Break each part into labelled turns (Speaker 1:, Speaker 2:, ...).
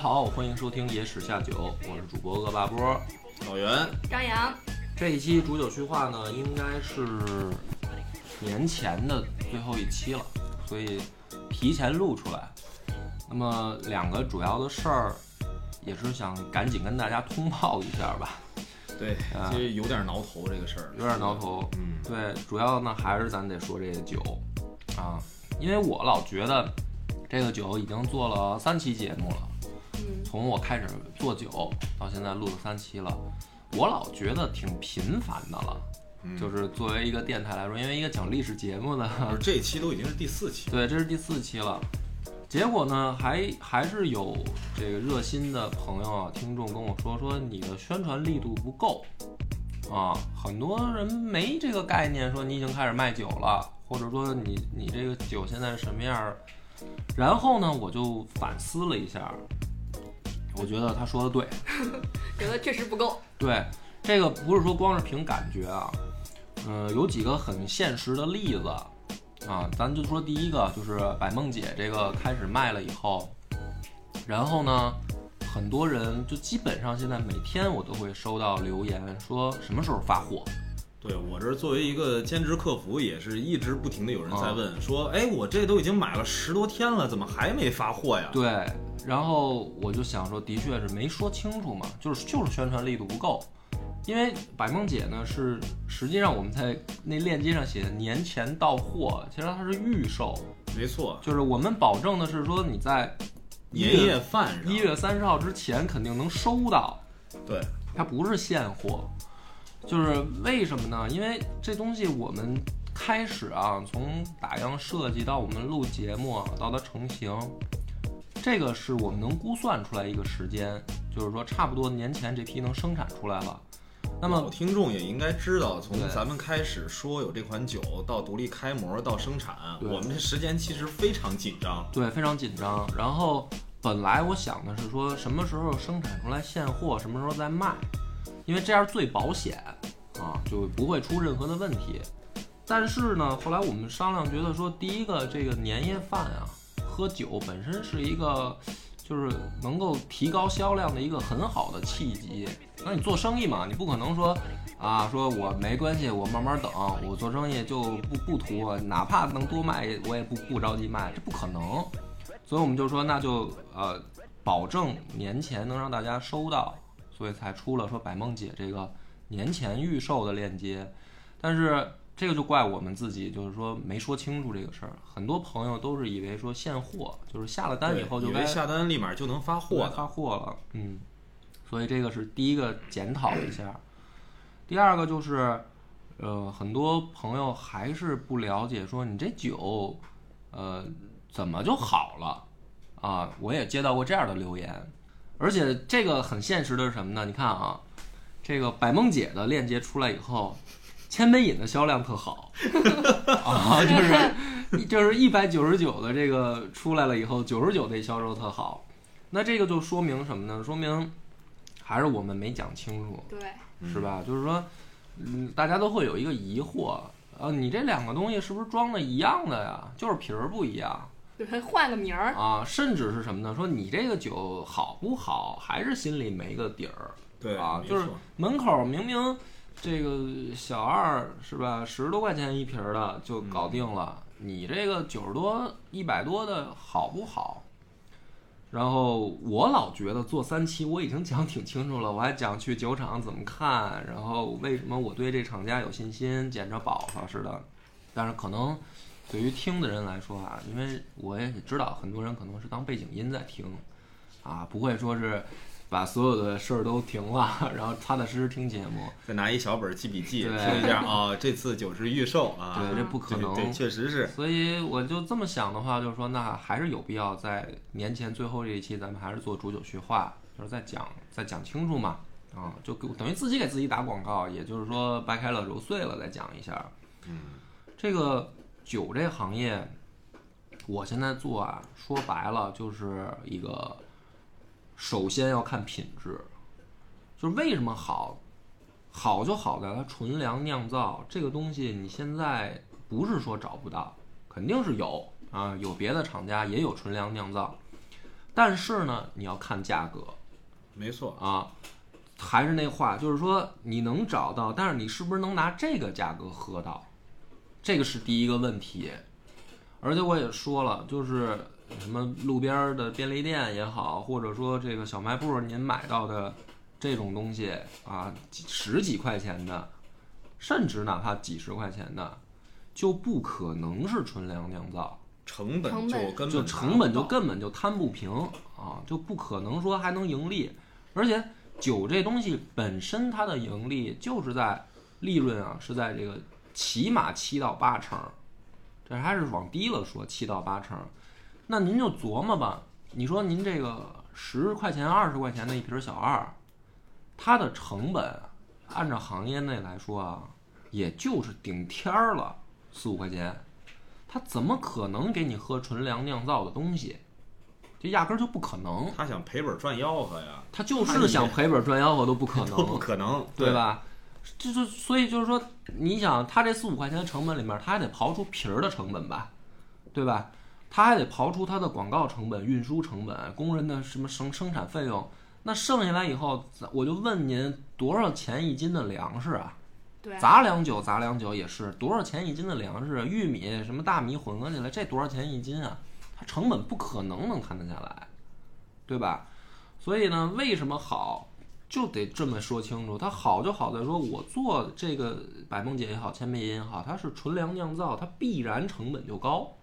Speaker 1: 好，欢迎收听《野史下酒》，我是主播恶霸波。
Speaker 2: 老袁，
Speaker 3: 张扬，
Speaker 1: 这一期煮酒叙话呢，应该是年前的最后一期了，所以提前录出来。那么两个主要的事儿，也是想赶紧跟大家通报一下吧，
Speaker 2: 对，
Speaker 1: 啊
Speaker 2: 这有点挠头这个事儿，
Speaker 1: 有点挠。头。
Speaker 2: 嗯，
Speaker 1: 对，主要呢还是咱得说这个酒啊，因为我老觉得这个酒已经做了三期节目了。
Speaker 3: 嗯，
Speaker 1: 从我开始做酒到现在录了三期了，我老觉得挺频繁的了。
Speaker 2: 嗯
Speaker 1: 就是作为一个电台来说，因为一个讲历史节目的，
Speaker 2: 不是这期都已经是第四期，
Speaker 1: 对，这是第四期了。结果呢，还还是有这个热心的朋友啊、听众跟我说，说你的宣传力度不够啊，很多人没这个概念，说你已经开始卖酒了，或者说你你这个酒现在是什么样儿。然后呢，我就反思了一下，我觉得他说的对，
Speaker 3: 觉得确实不够。
Speaker 1: 对，这个不是说光是凭感觉啊，嗯、有几个很现实的例子啊，咱就说第一个就是百梦姐这个开始卖了以后，然后呢，很多人就基本上现在每天我都会收到留言说什么时候发货，
Speaker 2: 对我这作为一个兼职客服，也是一直不停的有人
Speaker 1: 啊
Speaker 2: 在问，说，哎，我这都已经买了十多天了，怎么还没发货呀？
Speaker 1: 对，然后我就想说，的确是没说清楚嘛，就是就是宣传力度不够。因为百梦姐呢是实际上我们在那链接上写的年前到货，其实它是预售，
Speaker 2: 没错，
Speaker 1: 就是我们保证的是说你在
Speaker 2: 年夜饭上，
Speaker 1: 一月三十号之前肯定能收到，
Speaker 2: 对，
Speaker 1: 它不是现货。就是为什么呢？因为这东西我们开始啊，从打样设计到我们录节目啊到它成型，这个是我们能估算出来一个时间，就是说差不多年前这批能生产出来了。那么
Speaker 2: 老听众也应该知道，从
Speaker 1: 对
Speaker 2: 咱们开始说有这款酒到独立开模到生产，
Speaker 1: 对
Speaker 2: 我们这时间其实非常紧张。
Speaker 1: 对，非常紧张。然后本来我想的是说，什么时候生产出来现货，什么时候再卖，因为这样最保险啊，就不会出任何的问题。但是呢，后来我们商量，觉得说，第一个这个年夜饭啊，喝酒本身是一个，就是能够提高销量的一个很好的契机。那你做生意嘛，你不可能说啊，说我没关系，我慢慢等，我做生意就不不图，哪怕能多卖，我也不不着急卖，这不可能。所以我们就说，那就呃，保证年前能让大家收到，所以才出了说百梦姐这个年前预售的链接。但是这个就怪我们自己，就是说没说清楚这个事儿。很多朋友都是以为说现货，就是下了单以
Speaker 2: 对
Speaker 1: 后就
Speaker 2: 以
Speaker 1: 该
Speaker 2: 为下单立马就能发货
Speaker 1: 对
Speaker 2: 的，
Speaker 1: 发货了，嗯，所以这个是第一个检讨一下。第二个就是，呃，很多朋友还是不了解，说你这酒，呃，怎么就好了啊？我也接到过这样的留言，而且这个很现实的是什么呢？你看啊，这个百梦姐的链接出来以后，千杯饮的销量特好 啊， 就是就是一百九十九的这个出来了以后，九十九那销售特好，那这个就说明什么呢？说明还是我们没讲清楚，
Speaker 3: 对，
Speaker 1: 是吧？就是说，嗯，大家都会有一个疑惑，呃，你这两个东西是不是装的一样的呀？就是皮儿不一样
Speaker 3: 就是换个名儿，
Speaker 1: 啊，甚至是什么呢？说你这个酒好不好，还是心里没个底儿。
Speaker 2: 对
Speaker 1: 啊
Speaker 2: 没
Speaker 1: 就是
Speaker 2: 错
Speaker 1: 门口明明这个小二是吧，十多块钱一瓶儿的就搞定了，你这个九十多、一百多的好不好？然后我老觉得做三期我已经讲挺清楚了，我还讲去酒厂怎么看，然后为什么我对这厂家有信心，捡着宝了似的。但是可能对于听的人来说啊，因为我也知道很多人可能是当背景音在听，啊，不会说是把所有的事儿都停了，然后踏踏实实听节目。
Speaker 2: 再拿一小本儿记笔记，
Speaker 1: 对
Speaker 2: 说一下啊，这次酒是预售啊，
Speaker 1: 对，这不可能。
Speaker 2: 对，确实是。
Speaker 1: 所以我就这么想的话，就是说，那还是有必要在年前最后这一期，咱们还是做煮酒叙话，就是再讲再讲清楚嘛，啊、就给等于自己给自己打广告，也就是说掰开了揉碎了再讲一下。嗯，这个酒这行业，我现在做啊，说白了就是一个，首先要看品质，就是为什么好，好就好在它纯粮酿造这个东西，你现在不是说找不到，肯定是有啊，有别的厂家也有纯粮酿造，但是呢，你要看价格
Speaker 2: 没错，
Speaker 1: 啊。还是那话，就是说你能找到，但是你是不是能拿这个价格喝到，这个是第一个问题。而且我也说了，就是什么路边的便利店也好，或者说这个小卖部您买到的这种东西啊，几十几块钱的，甚至哪怕几十块钱的，就不可能是纯粮酿造，
Speaker 2: 成本
Speaker 3: 成
Speaker 2: 就
Speaker 3: 本
Speaker 2: 根本
Speaker 1: 就成本就
Speaker 2: 达不到
Speaker 1: 根本就摊不平啊，就不可能说还能盈利。而且酒这东西本身它的盈利就是在利润啊，是在这个起码七到八成，这还是往低了说七到八成。那您就琢磨吧，你说您这个十块钱、二十块钱的一瓶小二，它的成本按照行业内来说啊，也就是顶天儿了四五块钱，它怎么可能给你喝纯粮酿造的东西？就压根儿就不可能。
Speaker 2: 他想赔本赚吆喝呀，
Speaker 1: 他就是想赔本赚吆喝都不可
Speaker 2: 都 不
Speaker 1: 能，
Speaker 2: 可能，
Speaker 1: 对？吧？这就所以就是说，你想他这四五块钱的成本里面，他还得刨出皮儿的成本吧，对吧？他还得刨出他的广告成本、运输成本、工人的什么生生产费用，那剩下来以后，我就问您多少钱一斤的粮食啊？
Speaker 3: 对，
Speaker 1: 杂粮酒，杂粮酒也是多少钱一斤的粮食？玉米、什么大米混合起来，这多少钱一斤啊？它成本不可能能谈得下来，对吧？所以呢，为什么好就得这么说清楚？它好就好在说我做这个百梦姐也好，千杯也好，它是纯粮酿造，它必然成本就高。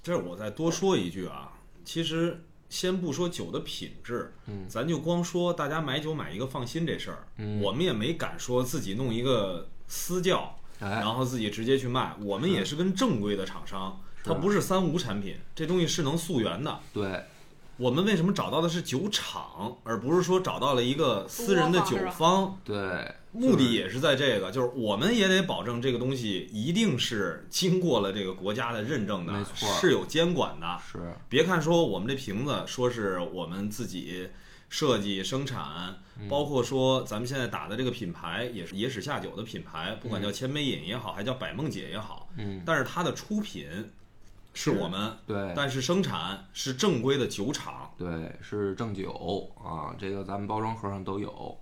Speaker 2: 这儿我再多说一句啊，其实先不说酒的品质，嗯，咱就光说大家买酒买一个放心这事儿，嗯，我们也没敢说自己弄一个私窖，
Speaker 1: 哎，嗯
Speaker 2: 然后自己直接去卖，我们也是跟正规的厂商，它不是三无产品，这东西是能溯源的。
Speaker 1: 对，
Speaker 2: 我们为什么找到的是酒厂，而不是说找到了一个私人的酒
Speaker 3: 作坊是吧
Speaker 2: 坊？
Speaker 1: 对，
Speaker 2: 目的也是在这个，就是我们也得保证这个东西一定是经过了这个国家的认证的
Speaker 1: 没，错
Speaker 2: 是有监管的。
Speaker 1: 是，
Speaker 2: 别看说我们这瓶子说是我们自己设计生产，
Speaker 1: 嗯
Speaker 2: 包括说咱们现在打的这个品牌也是野史下酒的品牌，不管叫千杯饮也好，还叫百梦姐也好，
Speaker 1: 嗯，
Speaker 2: 但是它的出品是我们，
Speaker 1: 对，
Speaker 2: 但是生产是正规的酒厂。
Speaker 1: 对，是正酒啊，这个咱们包装盒上都有。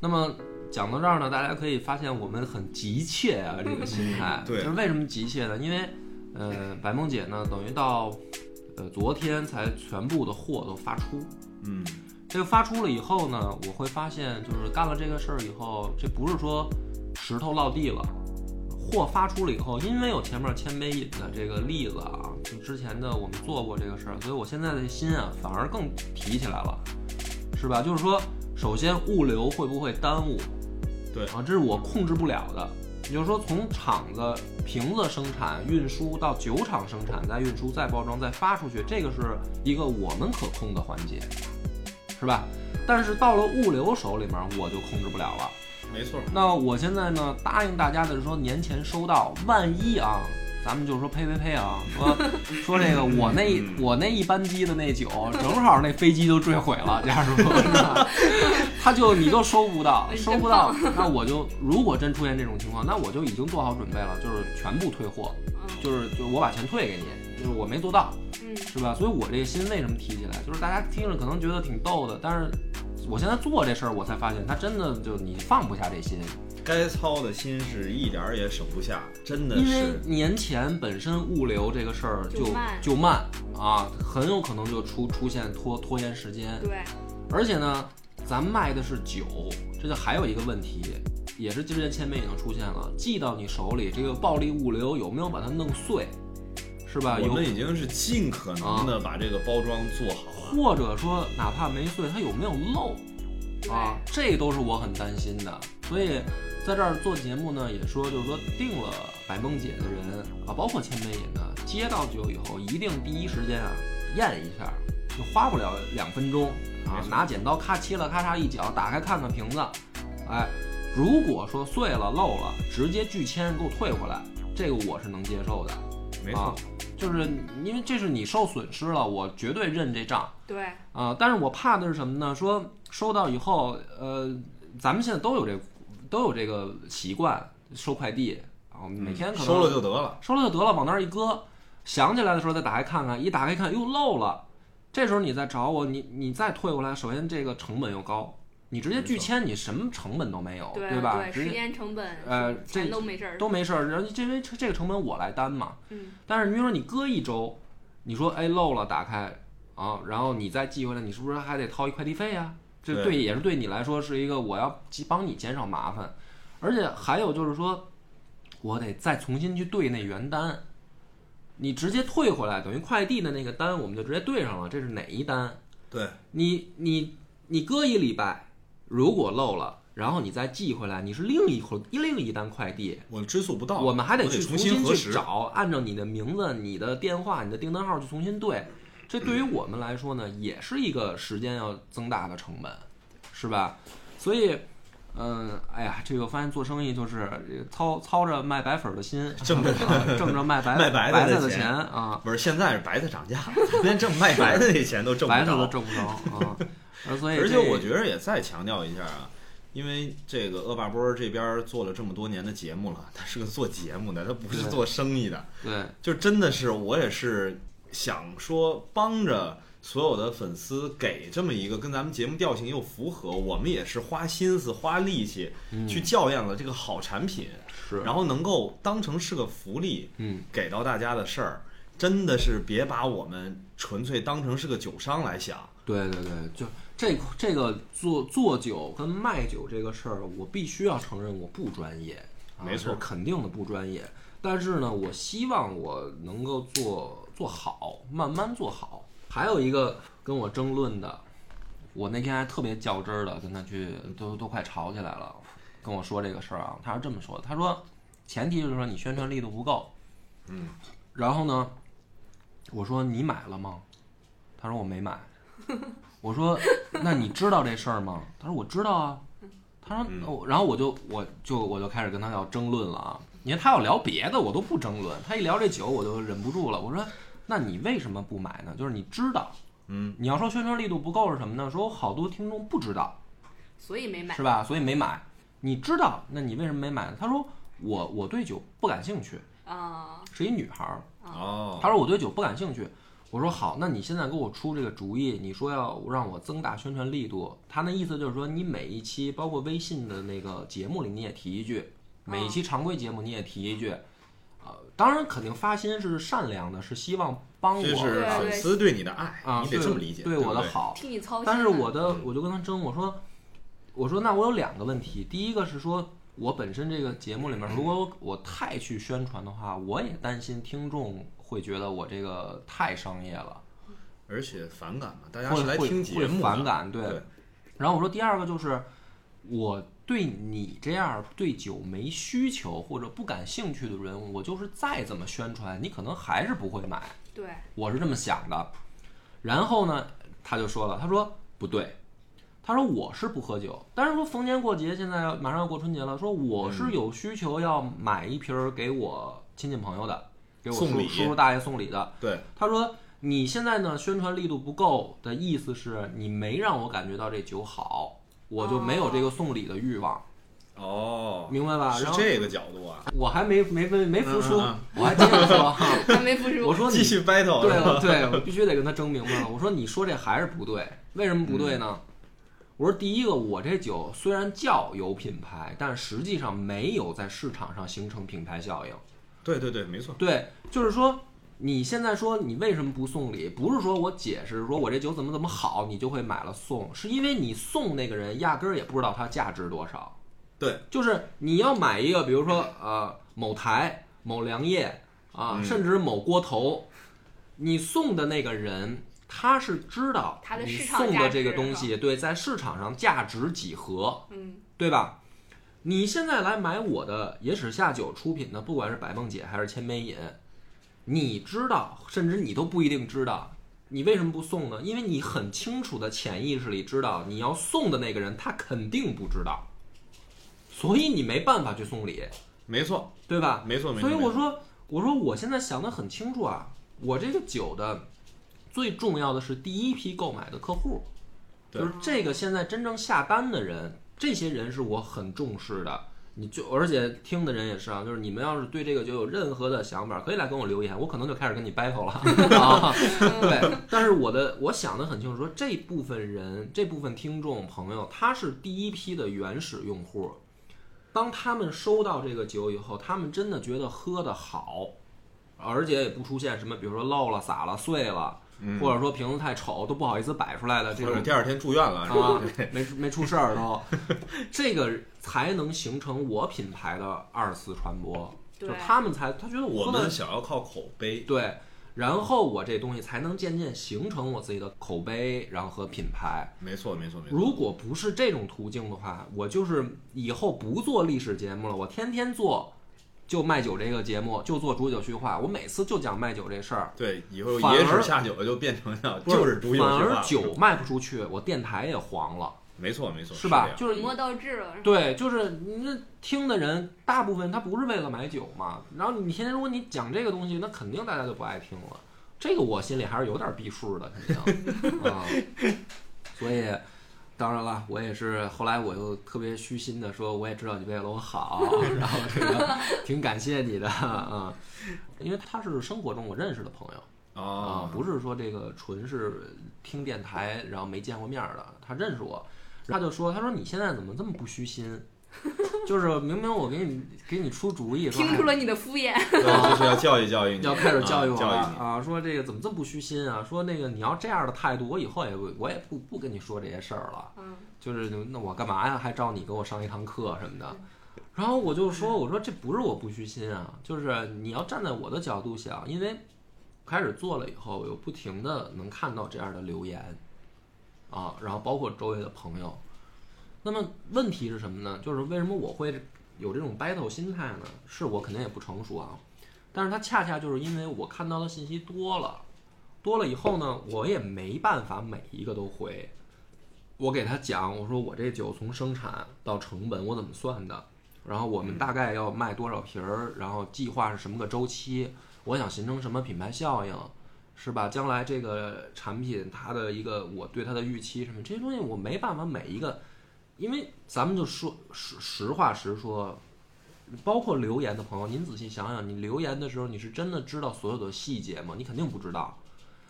Speaker 1: 那么讲到这儿呢，大家可以发现我们很急切啊，这个心态。
Speaker 2: 对
Speaker 1: 就是为什么急切呢？因为呃，白梦姐呢，等于到呃昨天才全部的货都发出。
Speaker 2: 嗯，
Speaker 1: 这个发出了以后呢，我会发现，就是干了这个事儿以后，这不是说石头落地了，货发出了以后，因为有前面千杯饮的这个例子啊，就之前的我们做过这个事儿，所以我现在的心啊反而更提起来了，是吧？就是说，首先物流会不会耽误？
Speaker 2: 对
Speaker 1: 啊，这是我控制不了的。也就是说，从厂子瓶子生产、运输到酒厂生产，再运输、再包装、再发出去，这个是一个我们可控的环节。是吧？但是到了物流手里面，我就控制不了了。
Speaker 2: 没错，
Speaker 1: 那我现在呢，答应大家的是说年前收到，万一啊，咱们就说呸呸呸啊，说说这个我那我那一班机的那酒，正好那飞机就坠毁了，假如说，是吧 他就你就收不到，收不到，那我就如果真出现这种情况，那我就已经做好准备了，就是全部退货，
Speaker 3: 嗯
Speaker 1: 就是就是我把钱退给你，就是我没做到，
Speaker 3: 嗯，
Speaker 1: 是吧？所以我这个心为什么提起来，就是大家听着可能觉得挺逗的，但是我现在做这事儿，我才发现他真的就你放不下这心，
Speaker 2: 该操的心是一点儿也省不下，真的
Speaker 1: 因为
Speaker 2: 是。
Speaker 1: 年前本身物流这个事儿就
Speaker 3: 就慢
Speaker 1: 就慢啊，很有可能就出出现拖拖延时间，
Speaker 3: 对，
Speaker 1: 而且呢，咱卖的是酒，这就还有一个问题，也是之前前面已经出现了，寄到你手里这个暴力物流有没有把它弄碎，是吧？啊
Speaker 2: 我
Speaker 1: 有
Speaker 2: 们已经是尽可能的把这个包装做好了。
Speaker 1: 或者说哪怕没碎，它有没有漏啊？这都是我很担心的。所以在这儿做节目呢，也说就是说订了百梦姐的人啊，包括千杯饮的，接到酒以后一定第一时间啊验一下，就花不了两分钟啊
Speaker 2: 没，错
Speaker 1: 拿剪刀咔切了咔嚓一角，打开看看瓶子，哎，如果说碎了漏了，直接拒签给我退回来，这个我是能接受的。
Speaker 2: 没错
Speaker 1: 啊，就是因为这是你受损失了，我绝对认这账。
Speaker 3: 对，
Speaker 1: 啊、但是我怕的是什么呢？说收到以后，呃，咱们现在都有这都有这个习惯，收快递啊，我们每天可能
Speaker 2: 嗯收了就得了。
Speaker 1: 收了就得了，往那儿一搁，想起来的时候再打开看看，一打开看又漏了，这时候你再找我，你你再退回来，首先这个成本又高，你直接拒签，你什么成本都没有，
Speaker 3: 对
Speaker 1: 吧？
Speaker 3: 对，
Speaker 1: 直
Speaker 3: 时
Speaker 1: 接
Speaker 3: 间成本，
Speaker 1: 呃
Speaker 3: 钱
Speaker 1: 这
Speaker 3: 都没事儿，
Speaker 1: 都没事儿，然后这因为这这个成本我来担嘛。
Speaker 3: 嗯，
Speaker 1: 但是你比如说你搁一周，你说哎漏了打开啊，然后你再寄回来，你是不是还得掏一快递费呀？这
Speaker 2: 对
Speaker 1: 对也是对你来说是一个我要既帮你减少麻烦，而且还有就是说，我得再重新去对那原单。你直接退回来，等于快递的那个单我们就直接对上了，这是哪一单？
Speaker 2: 对，
Speaker 1: 你你你搁一礼拜，如果漏了，然后你再寄回来，你是另一回另一单快递，
Speaker 2: 我追溯不到，
Speaker 1: 哦我们还
Speaker 2: 得
Speaker 1: 去
Speaker 2: 重
Speaker 1: 重
Speaker 2: 新核
Speaker 1: 去
Speaker 2: 实。
Speaker 1: 找，按照你的名字、你的电话、你的订单号去重新对。这对于
Speaker 2: 嗯
Speaker 1: 我们来说呢，也是一个时间要增大的成本，是吧？所以，嗯，哎呀，这个发现做生意就是这个操操着卖白粉儿的心，
Speaker 2: 挣着
Speaker 1: 啊挣着卖白
Speaker 2: 卖白菜
Speaker 1: 白
Speaker 2: 的
Speaker 1: 菜的
Speaker 2: 钱
Speaker 1: 啊，
Speaker 2: 不是，现在是白菜涨价 了，连挣卖白菜那钱都挣
Speaker 1: 白
Speaker 2: 不
Speaker 1: 菜都
Speaker 2: 着。
Speaker 1: 挣不着啊。呃所以，
Speaker 2: 而且我觉得也再强调一下啊，因为这个恶霸波这边做了这么多年的节目了，他是个做节目的，他不是
Speaker 1: 对
Speaker 2: 做生意的。
Speaker 1: 对，
Speaker 2: 就真的是我也是想说帮着所有的粉丝给这么一个跟咱们节目调性又符合，我们也是花心思花力气
Speaker 1: 嗯
Speaker 2: 去教养了这个好产品，
Speaker 1: 是，
Speaker 2: 然后能够当成是个福利
Speaker 1: 嗯，
Speaker 2: 给到大家的事儿，真的是别把我们纯粹当成是个酒商来想。
Speaker 1: 对对对，就这个这个做做酒跟卖酒这个事儿，我必须要承认我不专业，啊、
Speaker 2: 没错
Speaker 1: 是肯定的不专业。但是呢，我希望我能够做做好，慢慢做好。还有一个跟我争论的，我那天还特别较真儿的跟他去，都都快吵起来了，跟我说这个事儿啊，他是这么说的，他说前提就是说你宣传力度不够，
Speaker 2: 嗯，
Speaker 1: 然后呢，我说你买了吗？他说我没买。 我说那你知道这事儿吗？他说我知道啊。他说，
Speaker 2: 嗯
Speaker 1: 哦然后我就我就我就开始跟他要争论了啊。你看他要聊别的，我都不争论。他一聊这酒，我就忍不住了。我说，那你为什么不买呢？就是你知道，
Speaker 2: 嗯，
Speaker 1: 你要说宣传力度不够是什么呢？说我好多听众不知道，
Speaker 3: 所以没买。
Speaker 1: 是吧？所以没买。你知道，那你为什么没买呢？他说我我对酒不感兴趣，
Speaker 3: 啊、
Speaker 1: 是一女孩儿。
Speaker 2: 哦，
Speaker 1: 他说我对酒不感兴趣。我说好，那你现在给我出这个主意，你说要让我增大宣传力度，他那意思就是说，你每一期包括微信的那个节目里你也提一句，每一期常规节目你也提一句，呃，当然肯定发心是善良的，是希望帮我
Speaker 2: 这是
Speaker 3: 对
Speaker 2: 粉丝对你的爱，
Speaker 1: 啊，
Speaker 2: 你得
Speaker 1: 对
Speaker 2: 这么理解，
Speaker 1: 对
Speaker 2: 不
Speaker 1: 我的好，
Speaker 3: 替你操心。
Speaker 1: 哦但是我的我就跟他争，我说我说那我有两个问题，第一个是说我本身这个节目里面，如果我太去宣传的话，我也担心听众会觉得我这个太商业了，
Speaker 2: 而且反感嘛，大家
Speaker 1: 会
Speaker 2: 是来
Speaker 1: 会
Speaker 2: 听节
Speaker 1: 会
Speaker 2: 目的，
Speaker 1: 反感对。
Speaker 2: 对，
Speaker 1: 然后我说第二个就是我对你这样对酒没需求或者不感兴趣的人，我就是再怎么宣传，你可能还是不会买。
Speaker 3: 对，
Speaker 1: 我是这么想的。然后呢，他就说了，他说不对，他说我是不喝酒，但是说逢年过节，现在马上要过春节了，说
Speaker 2: 嗯
Speaker 1: 我是有需求要买一瓶儿给我亲戚朋友的，给我叔
Speaker 2: 送礼
Speaker 1: 叔叔大爷送礼的。
Speaker 2: 对，
Speaker 1: 他说你现在呢宣传力度不够的意思是你没让我感觉到这酒好，我就没有这个送礼的欲望，
Speaker 2: 哦，
Speaker 1: 明白吧？
Speaker 2: 是
Speaker 1: 然后
Speaker 2: 这个角度啊，
Speaker 1: 我还没没没没服输，
Speaker 2: 嗯嗯
Speaker 1: 我还接着 说哈。
Speaker 3: 还没付出。
Speaker 1: 我说你
Speaker 2: 继续 battle
Speaker 1: 对啊
Speaker 2: 是吧
Speaker 1: 了，对，我必须得跟他争明白了。我说你说这还是不对，为什么不对呢？我说第一个，我这酒虽然叫有品牌，但实际上没有在市场上形成品牌效应。
Speaker 2: 对对对，没错。
Speaker 1: 对，就是说你现在说你为什么不送礼，不是说我解释说我这酒怎么怎么好，你就会买了送，是因为你送那个人压根儿也不知道它价值多少。
Speaker 2: 对，
Speaker 1: 就是你要买一个，比如说呃某台、某粮液啊，
Speaker 2: 嗯
Speaker 1: 甚至某锅头，你送的那个人他是知道
Speaker 3: 他的
Speaker 1: 你
Speaker 3: 市场
Speaker 1: 送
Speaker 3: 价
Speaker 1: 的
Speaker 3: 值
Speaker 1: 这个
Speaker 3: 的
Speaker 1: 东西对在市场上价值几何，
Speaker 3: 嗯，
Speaker 1: 对吧？你现在来买我的野史下酒出品的，不管是百梦姐还是千杯饮，你知道，甚至你都不一定知道，你为什么不送呢？因为你很清楚的潜意识里知道，你要送的那个人他肯定不知道，所以你没办法去送礼，
Speaker 2: 没错，
Speaker 1: 对吧？
Speaker 2: 没错，没错。
Speaker 1: 所以我
Speaker 2: 没错，
Speaker 1: 说，我说我现在想的很清楚啊，我这个酒的最重要的是第一批购买的客户，
Speaker 2: 对
Speaker 1: 就是这个现在真正下单的人，这些人是我很重视的。你就而且听的人也是啊，就是你们要是对这个酒有任何的想法，可以来跟我留言，我可能就开始跟你 battle 了啊。对，但是我的我想的很清楚说这部分人这部分听众朋友，他是第一批的原始用户，当他们收到这个酒以后，他们真的觉得喝的好，而且也不出现什么，比如说漏了、洒了、碎了，或者说瓶子太丑都不好意思摆出来的这
Speaker 2: 嗯或
Speaker 1: 种
Speaker 2: 者第二天住院了是
Speaker 1: 啊
Speaker 2: 吧？，
Speaker 1: 没没出事儿都， 这个才能形成我品牌的二次传播，就
Speaker 3: 对
Speaker 1: 他们才他觉得
Speaker 2: 我
Speaker 1: 我喝
Speaker 2: 们
Speaker 1: 的
Speaker 2: 想要靠口碑，
Speaker 1: 对，然后我这东西才能渐渐形成我自己的口碑，然后和品牌。
Speaker 2: 没错没错没错。
Speaker 1: 如果不是这种途径的话，我就是以后不做历史节目了，我天天做就卖酒这个节目，就做煮酒叙话，我每次就讲卖酒这事儿，
Speaker 2: 对，以后
Speaker 1: 反而
Speaker 2: 野史下酒就变成了
Speaker 1: 不
Speaker 2: 就是煮酒
Speaker 1: 反
Speaker 2: 去
Speaker 1: 而
Speaker 2: 吧，
Speaker 1: 酒卖不出去，我电台也黄了，
Speaker 2: 没错没错，
Speaker 1: 是
Speaker 2: 这
Speaker 1: 吧？
Speaker 2: 样
Speaker 1: 就是
Speaker 3: 本末倒置了。
Speaker 1: 对，就是你这听的人，大部分他不是为了买酒嘛。然后你现在如果你讲这个东西，那肯定大家就不爱听了。这个我心里还是有点逼数的，肯定啊。所以，当然了，我也是后来我又特别虚心的说，我也知道你为了我好，然后这个 挺感谢你的啊、因为他是生活中我认识的朋友。啊
Speaker 2: 啊，，
Speaker 1: 不是说这个纯是听电台然后没见过面儿的，他认识我，他就说，他说你现在怎么这么不虚 心？就是明明我给你给你出主意，说
Speaker 3: 听出了你的敷衍，
Speaker 2: 对，就是要教育教育
Speaker 1: 哎
Speaker 2: 你，
Speaker 1: 要开始教育
Speaker 2: 啊
Speaker 1: 我
Speaker 2: 教
Speaker 1: 了
Speaker 2: 育你。
Speaker 1: 啊，说这个怎么这么不虚心啊？说那个你要这样的态度，我以后也不我也不不跟你说这些事儿了。
Speaker 3: 嗯，
Speaker 1: 就是那我干嘛呀？还照你给我上一堂课什么的。然后我就说，我说这不是我不虚心啊，就是你要站在我的角度想，因为开始做了以后，我又不停的能看到这样的留言啊，然后包括周围的朋友。那么问题是什么呢？就是为什么我会有这种 battle 心态呢？是我肯定也不成熟啊，但是它恰恰就是因为我看到的信息多了，多了以后呢，我也没办法每一个都回，我给他讲，我说我这酒从生产到成本我怎么算的，然后我们大概要卖多少瓶儿，然后计划是什么个周期，我想形成什么品牌效应，是吧？将来这个产品它的一个我对它的预期什么这些东西，我没办法每一个，因为咱们就说实实话实说，包括留言的朋友，您仔细想想，你留言的时候你是真的知道所有的细节吗？你肯定不知道。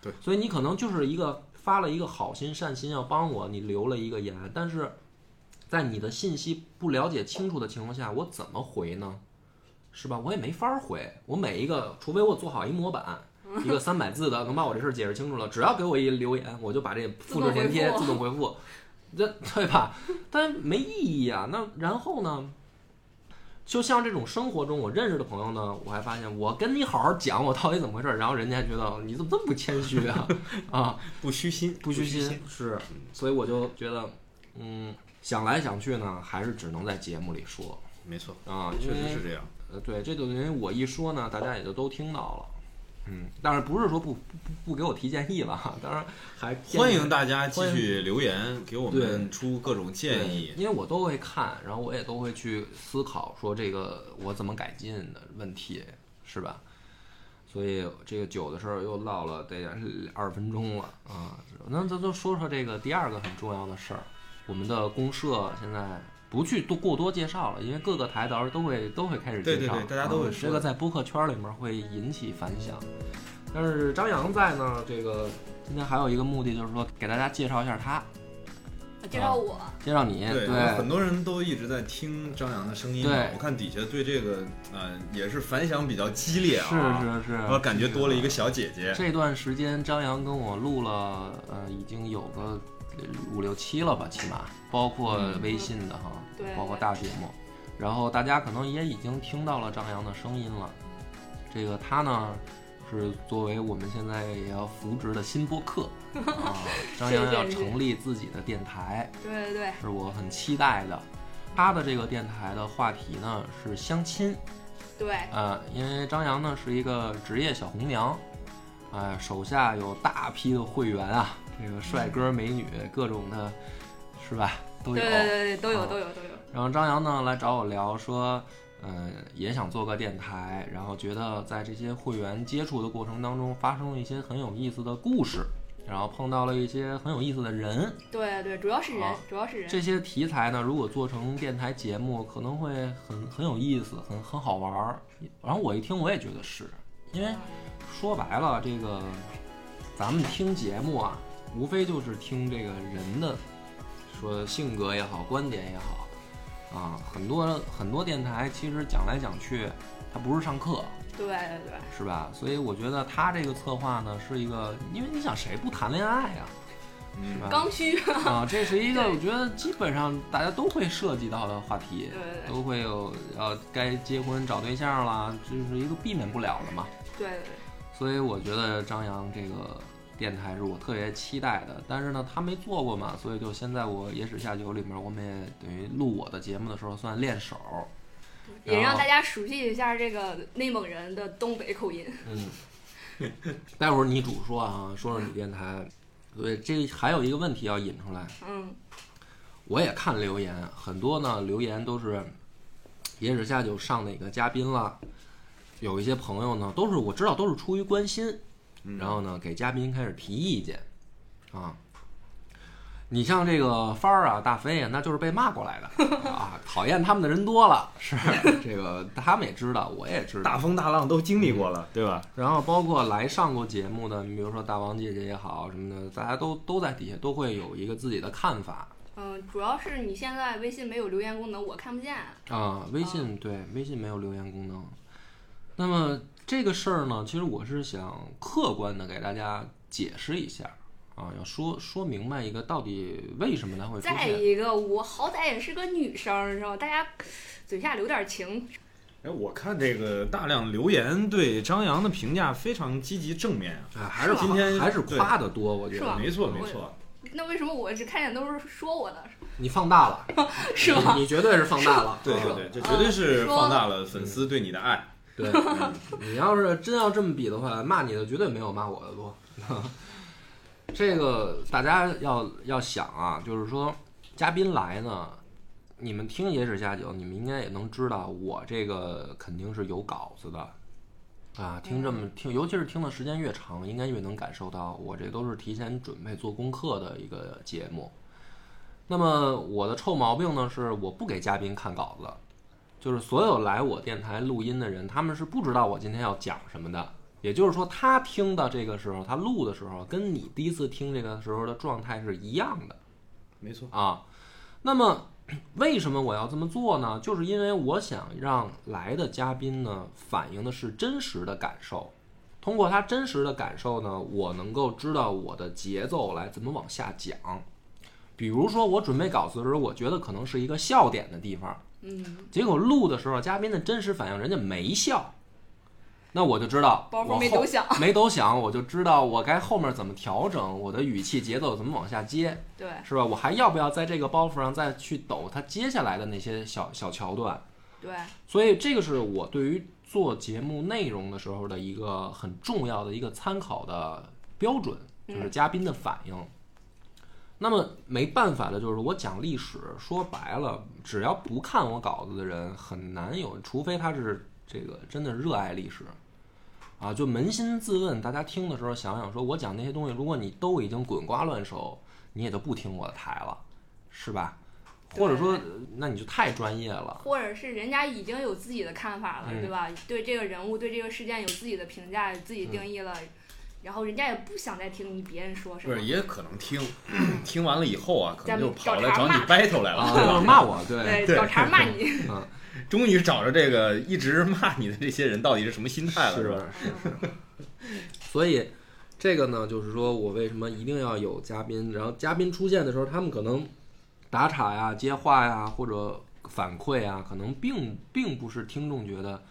Speaker 2: 对，
Speaker 1: 所以你可能就是一个发了一个好心善心要帮我，你留了一个言，但是在你的信息不了解清楚的情况下，我怎么回呢？是吧？我也没法儿回，我每一个，除非我做好一模 板，一个三百字的，能把我这事儿解释清楚了。只要给我一留言，我就把这复制粘贴
Speaker 3: 自
Speaker 1: 自动回复，这对吧？但没意义啊。那然后呢？就像这种生活中我认识的朋友呢，我还发现我跟你好好讲我到底怎么回事儿，然后人家觉得哦你怎么这么不谦虚啊 啊！
Speaker 2: 不虚心，
Speaker 1: 不虚心，是，所以我就觉得，嗯，想来想去呢，还是只能在节目里说
Speaker 2: 没错，
Speaker 1: 啊，
Speaker 2: 确
Speaker 1: 因
Speaker 2: 实
Speaker 1: 为
Speaker 2: 是这样。
Speaker 1: 呃，对，这就因为我一说呢，大家也就都听到了，嗯，但是不是说不不不不给我提建议了哈，当然还建议
Speaker 2: 欢迎大家继
Speaker 1: 欢
Speaker 2: 续留言，给我们出各种建议
Speaker 1: 对。因为我都会看，然后我也都会去思考说这个我怎么改进的问题，是吧？所以这个酒的事儿又唠了得二十分钟了啊。那咱就说说这个第二个很重要的事儿，我们的公社现在不去多过多介绍了，因为各个台到时候都会都会开始介绍，
Speaker 2: 对对对大家都会
Speaker 1: 啊
Speaker 2: 说
Speaker 1: 这个在播客圈里面会引起反响。但是张扬在呢，这个今天还有一个目的就是说给大家介绍一下他，
Speaker 3: 啊介绍我，
Speaker 1: 介绍你，
Speaker 2: 对，很多人都一直在听张扬的声音嘛
Speaker 1: 对，
Speaker 2: 我看底下对这个呃也是反响比较激烈啊，
Speaker 1: 是是是，
Speaker 2: 我感觉多了一个小姐姐。
Speaker 1: 这段时间张扬跟我录了，呃，已经有个呃五六期了吧，起码包括微信的哈，
Speaker 3: 对
Speaker 1: 包括大节目，然后大家可能也已经听到了张扬的声音了。这个他呢，是作为我们现在也要扶植的新播客啊，张扬要
Speaker 3: 是是是
Speaker 1: 成立自己的电台，
Speaker 3: 对对对，
Speaker 1: 是我很期待的。他的这个电台的话题呢是相亲，
Speaker 3: 对，
Speaker 1: 呃，因为张扬呢是一个职业小红娘，哎、手下有大批的会员啊，这个帅哥美女各种的，是吧，都有。
Speaker 3: 对对对对，都有
Speaker 1: 啊
Speaker 3: 都有都有，
Speaker 1: 然后张扬呢来找我聊说，呃，也想做个电台，然后觉得在这些会员接触的过程当中发生了一些很有意思的故事，然后碰到了一些很有意思的人。
Speaker 3: 对对，主要是人
Speaker 1: 好，
Speaker 3: 主要是人。
Speaker 1: 啊这些题材呢，如果做成电台节目，可能会很很有意思，很很好玩儿。然后我一听，我也觉得是，因为说白了，这个咱们听节目啊，无非就是听这个人的说性格也好，观点也好，啊，很多很多电台其实讲来讲去，它不是上课，
Speaker 3: 对对对，
Speaker 1: 是吧？所以我觉得他这个策划呢，是一个，因为你想谁不谈恋爱啊呀、
Speaker 2: 嗯
Speaker 1: 是吧
Speaker 3: 刚需。对
Speaker 1: 啊，这是一个
Speaker 3: 对
Speaker 1: 我觉得基本上大家都会涉及到的话题，
Speaker 3: 对对
Speaker 1: 都会有要该结婚找对象啦，这是一个避免不了的嘛。
Speaker 3: 对对，
Speaker 1: 所以我觉得张扬这个电台是我特别期待的，但是呢，他没做过嘛，所以就现在我《野史下酒》里面，我们也等于录我的节目的时候算练手，
Speaker 3: 对也
Speaker 1: 然
Speaker 3: 让
Speaker 1: 后
Speaker 3: 大家熟悉一下这个内蒙人的东北口音。
Speaker 1: 嗯，待会儿你主说啊，说说你电台。对，这还有一个问题要引出来，
Speaker 3: 嗯，
Speaker 1: 我也看留言，很多呢留言都是野史下酒上哪个嘉宾了，有一些朋友呢都是我知道都是出于关心，
Speaker 2: 嗯
Speaker 1: 然后呢给嘉宾开始提意见，啊，你像这个帆儿啊、大飞啊，那就是被骂过来 的啊，讨厌他们的人多了，是这个他们也知道，我也知道，
Speaker 2: 大风大浪都经历过了，对吧？
Speaker 1: 然后包括来上过节目的，你比如说大王姐姐也好什么的，大家都都在底下都会有一个自己的看法，
Speaker 3: 嗯，主要是你现在微信没有留言功能，我看不见。
Speaker 1: 啊，微信
Speaker 3: 嗯
Speaker 1: 对微信没有留言功能。那么这个事儿呢，其实我是想客观的给大家解释一下啊，要说说明白一个到底为什么它会出
Speaker 3: 再
Speaker 1: 现。
Speaker 3: 一个，我好歹也是个女生，你知道吗？大家嘴下留点情。
Speaker 2: 哎，我看这个大量留言对张扬的评价非常积极正面啊，
Speaker 1: 啊，还是
Speaker 2: 是吧
Speaker 1: 夸
Speaker 2: 今天
Speaker 1: 还是
Speaker 2: 对
Speaker 1: 夸的多，我觉
Speaker 3: 是
Speaker 1: 得
Speaker 3: 吧
Speaker 2: 没错
Speaker 3: 我
Speaker 2: 没错，
Speaker 3: 那为什么我只看见都是说我的，
Speaker 1: 你放大了，
Speaker 3: 是吧？
Speaker 1: 你你绝对是放大了，
Speaker 2: 对
Speaker 1: 啊
Speaker 2: 对对，这绝对是放大了粉丝对你的 爱。嗯
Speaker 1: 对，你要是真要这么比的话，骂你的绝对没有骂我的多。这个大家要要想啊，就是说嘉宾来呢，你们听野史下酒，你们应该也能知道，我这个肯定是有稿子的啊。听这么听，尤其是听的时间越长，应该越能感受到，我这都是提前准备做功课的一个节目。那么我的臭毛病呢，是我不给嘉宾看稿子。就是所有来我电台录音的人，他们是不知道我今天要讲什么的。也就是说，他听到这个时候，他录的时候，跟你第一次听这个时候的状态是一样的
Speaker 2: 没错，
Speaker 1: 啊。那么，为什么我要这么做呢？就是因为我想让来的嘉宾呢，反映的是真实的感受。通过他真实的感受呢，我能够知道我的节奏来怎么往下讲。比如说，我准备稿子的时候，我觉得可能是一个笑点的地方。
Speaker 3: 嗯，
Speaker 1: 结果录的时候，嘉宾的真实反应，人家没笑，那我就知道
Speaker 3: 包袱
Speaker 1: 我后
Speaker 3: 没抖响，
Speaker 1: 没抖响，我就知道我该后面怎么调整，我的语气节奏怎么往下接，
Speaker 3: 对，
Speaker 1: 是吧？我还要不要在这个包袱上再去抖它接下来的那些小小桥段？
Speaker 3: 对，
Speaker 1: 所以这个是我对于做节目内容的时候的一个很重要的一个参考的标准，就是嘉宾的反应。那么没办法的就是我讲历史，说白了，只要不看我稿子的人很难有，除非他是这个真的热爱历史。啊，就扪心自问，大家听的时候想想，说我讲那些东西，如果你都已经滚瓜烂熟，你也就不听我的台了，是吧？或者说，呃那你就太专业了。
Speaker 3: 或者是人家已经有自己的看法了，
Speaker 1: 嗯
Speaker 3: 对吧？对这个人物、对这个事件有自己的评价、自己定义了，然后人家也不想再听别人说什
Speaker 2: 不
Speaker 3: 么
Speaker 2: 是，。也可能 听，听完了以后啊，可能就跑来
Speaker 3: 咱
Speaker 2: 找
Speaker 3: 们
Speaker 2: 你
Speaker 3: 找茬
Speaker 2: battle 来
Speaker 1: 啊，
Speaker 2: 了，
Speaker 1: 就是骂我，对，
Speaker 3: 对，
Speaker 2: 对
Speaker 3: 找茬骂你，
Speaker 2: 终于找着这个一直骂你的这些人到底是什么心态了，是吧？
Speaker 1: 是
Speaker 3: 嗯
Speaker 1: 是。所以这个呢，就是说我为什么一定要有嘉宾，然后嘉宾出现的时候，他们可能打岔呀、接话呀，或者反馈啊，可能并并不是听众觉得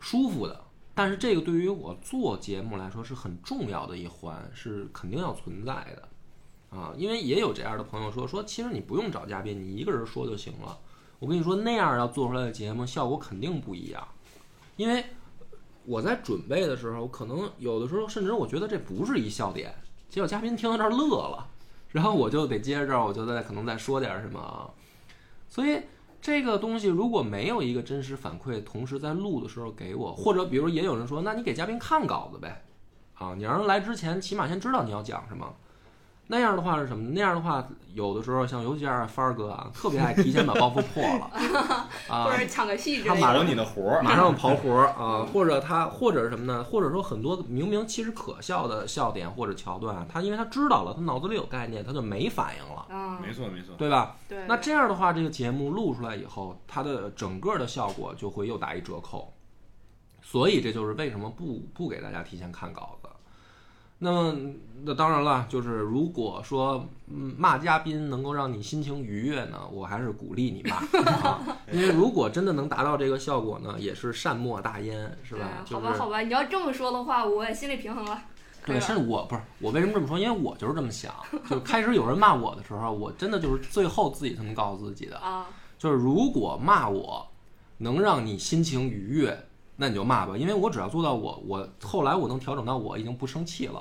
Speaker 1: 舒服的。但是这个对于我做节目来说是很重要的一环，是肯定要存在的啊。因为也有这样的朋友说说，其实你不用找嘉宾，你一个人说就行了。我跟你说，那样要做出来的节目效果肯定不一样，因为我在准备的时候，可能有的时候甚至我觉得这不是一笑点，结果嘉宾听到这儿乐了，然后我就得接着这儿，我就再可能再说点什么啊。所以这个东西如果没有一个真实反馈，同时在录的时候给我，或者比如也有人说，那你给嘉宾看稿子呗，啊，你让人来之前起码先知道你要讲什么。那样的话是什么？那样的话，有的时候像尤其是帆儿哥啊，特别爱提前把包袱破 了啊
Speaker 3: 或，者抢个戏之
Speaker 1: 他
Speaker 3: 类
Speaker 1: 马
Speaker 2: 有
Speaker 1: 上
Speaker 3: 的。
Speaker 2: 你的活 儿，
Speaker 1: 马上跑活儿啊，或者他或者是什么呢？或者说很多明明其实可笑的笑点或者桥段啊，他因为他知道了，他脑子里有概念，他就没反应了，
Speaker 3: 嗯，
Speaker 2: 没错没错，
Speaker 1: 对吧？
Speaker 3: 对。
Speaker 1: 那这样的话，这个节目录出来以后，它的整个的效果就会又打一折扣。所以这就是为什么不不给大家提前看稿子。那么，那当然了，就是如果说嗯骂嘉宾能够让你心情愉悦呢，我还是鼓励你 骂啊，因为如果真的能达到这个效果呢，也是善莫大焉，是吧
Speaker 3: 嗯？
Speaker 1: 就
Speaker 3: 好吧，啊
Speaker 1: 是
Speaker 3: 好吧，你要这么说的话，我也心里平衡了。
Speaker 1: 对，
Speaker 3: 吧
Speaker 1: 甚至我不是我为什么这么说？因为我就是这么想，就是开始有人骂我的时候，我真的就是最后自己才能告诉自己的，
Speaker 3: 啊，
Speaker 1: 就是如果骂我能让你心情愉悦，那你就骂吧，因为我只要做到我我后来我能调整到我已经不生气了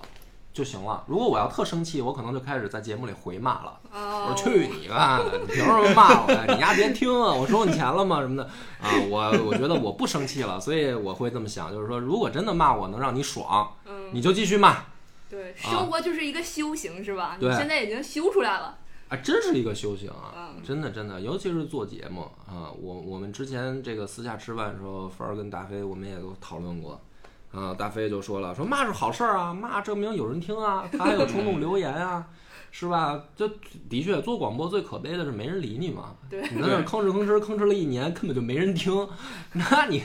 Speaker 1: 就行了。如果我要特生气，我可能就开始在节目里回骂了，我
Speaker 3: 哦，
Speaker 1: 说去你妈的，你凭什么骂我呀？你丫别听啊，我收你钱了吗？什么的啊？我我觉得我不生气了，所以我会这么想，就是说如果真的骂我能让你爽，
Speaker 3: 嗯，
Speaker 1: 你就继续骂。
Speaker 3: 对，生活就是一个修行，是吧？你
Speaker 1: 对
Speaker 3: 现在已经修出来了。
Speaker 1: 啊，真是一个修行啊！
Speaker 3: 嗯
Speaker 1: 真的真的，尤其是做节目啊，我我们之前这个私下吃饭的时候，凡儿跟大飞我们也都讨论过，啊，大飞就说了，说骂是好事儿啊，骂证明有人听啊，他还有冲动留言啊，是吧？这的确做广播最可悲的是没人理你嘛，
Speaker 3: 对
Speaker 1: 你在那儿吭哧吭哧吭哧了一年，根本就没人听， 那你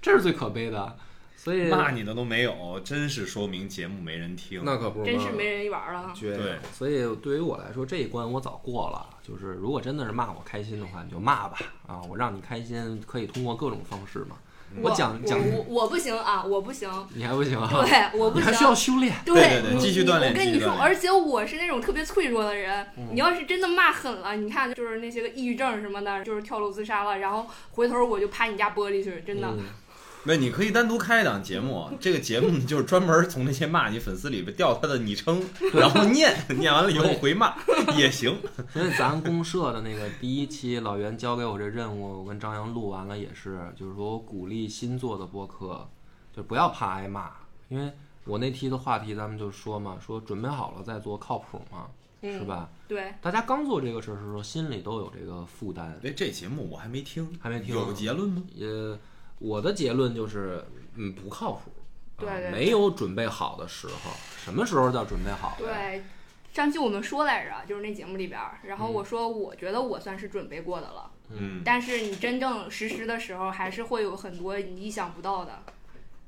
Speaker 1: 这是最可悲的，所以
Speaker 2: 骂你的都没有，真是说明节目没人听。
Speaker 1: 那可不
Speaker 3: 真
Speaker 1: 嘛
Speaker 3: 是没人玩了。
Speaker 1: 绝
Speaker 2: 对
Speaker 1: 所以对于我来说，这一关我早过了。就是如果真的是骂我开心的话，你就骂吧啊！我让你开心，可以通过各种方式嘛。我讲讲，
Speaker 3: 我我不行啊，我不行，
Speaker 1: 你还不 行啊？
Speaker 3: 对，我不
Speaker 1: 你还
Speaker 3: 行。
Speaker 1: 需要修炼。
Speaker 2: 对对
Speaker 3: 你
Speaker 2: 继续锻炼
Speaker 3: 我跟
Speaker 2: 继
Speaker 3: 你
Speaker 2: 续
Speaker 3: 说
Speaker 2: 锻，炼
Speaker 3: 而且我是那种特别脆弱的人。
Speaker 1: 嗯
Speaker 3: 你要是真的骂狠了，你看就是那些个抑郁症什么的，就是跳楼自杀了，然后回头我就趴你家玻璃去，真的。
Speaker 1: 嗯
Speaker 2: 那你可以单独开一档节目，这个节目就是专门从那些骂你粉丝里边调他的昵 称，然后念，念完了以后回骂也行。
Speaker 1: 所以咱公社的那个第一期，老袁交给我这任务，我跟张扬录完了，也是，就是说我鼓励新做的播客，就不要怕挨骂，因为我那期的话题咱们就说嘛，说准备好了再做靠谱嘛，
Speaker 3: 嗯
Speaker 1: 是吧？
Speaker 3: 对，
Speaker 1: 大家刚做这个事儿的时候，心里都有这个负担。
Speaker 2: 哎，这节目我还没听，
Speaker 1: 还没听
Speaker 2: 有
Speaker 1: 啊
Speaker 2: 结论吗？
Speaker 1: 呃，我的结论就是，嗯，不靠谱，啊
Speaker 3: 对对
Speaker 1: 没有准备好的时候。什么时候叫准备好的？，
Speaker 3: 对，上期我们说来着，就是那节目里边儿，然后我说我觉得我算是准备过的了，
Speaker 2: 嗯，
Speaker 3: 但是你真正实施的时候，还是会有很多你意想不到的。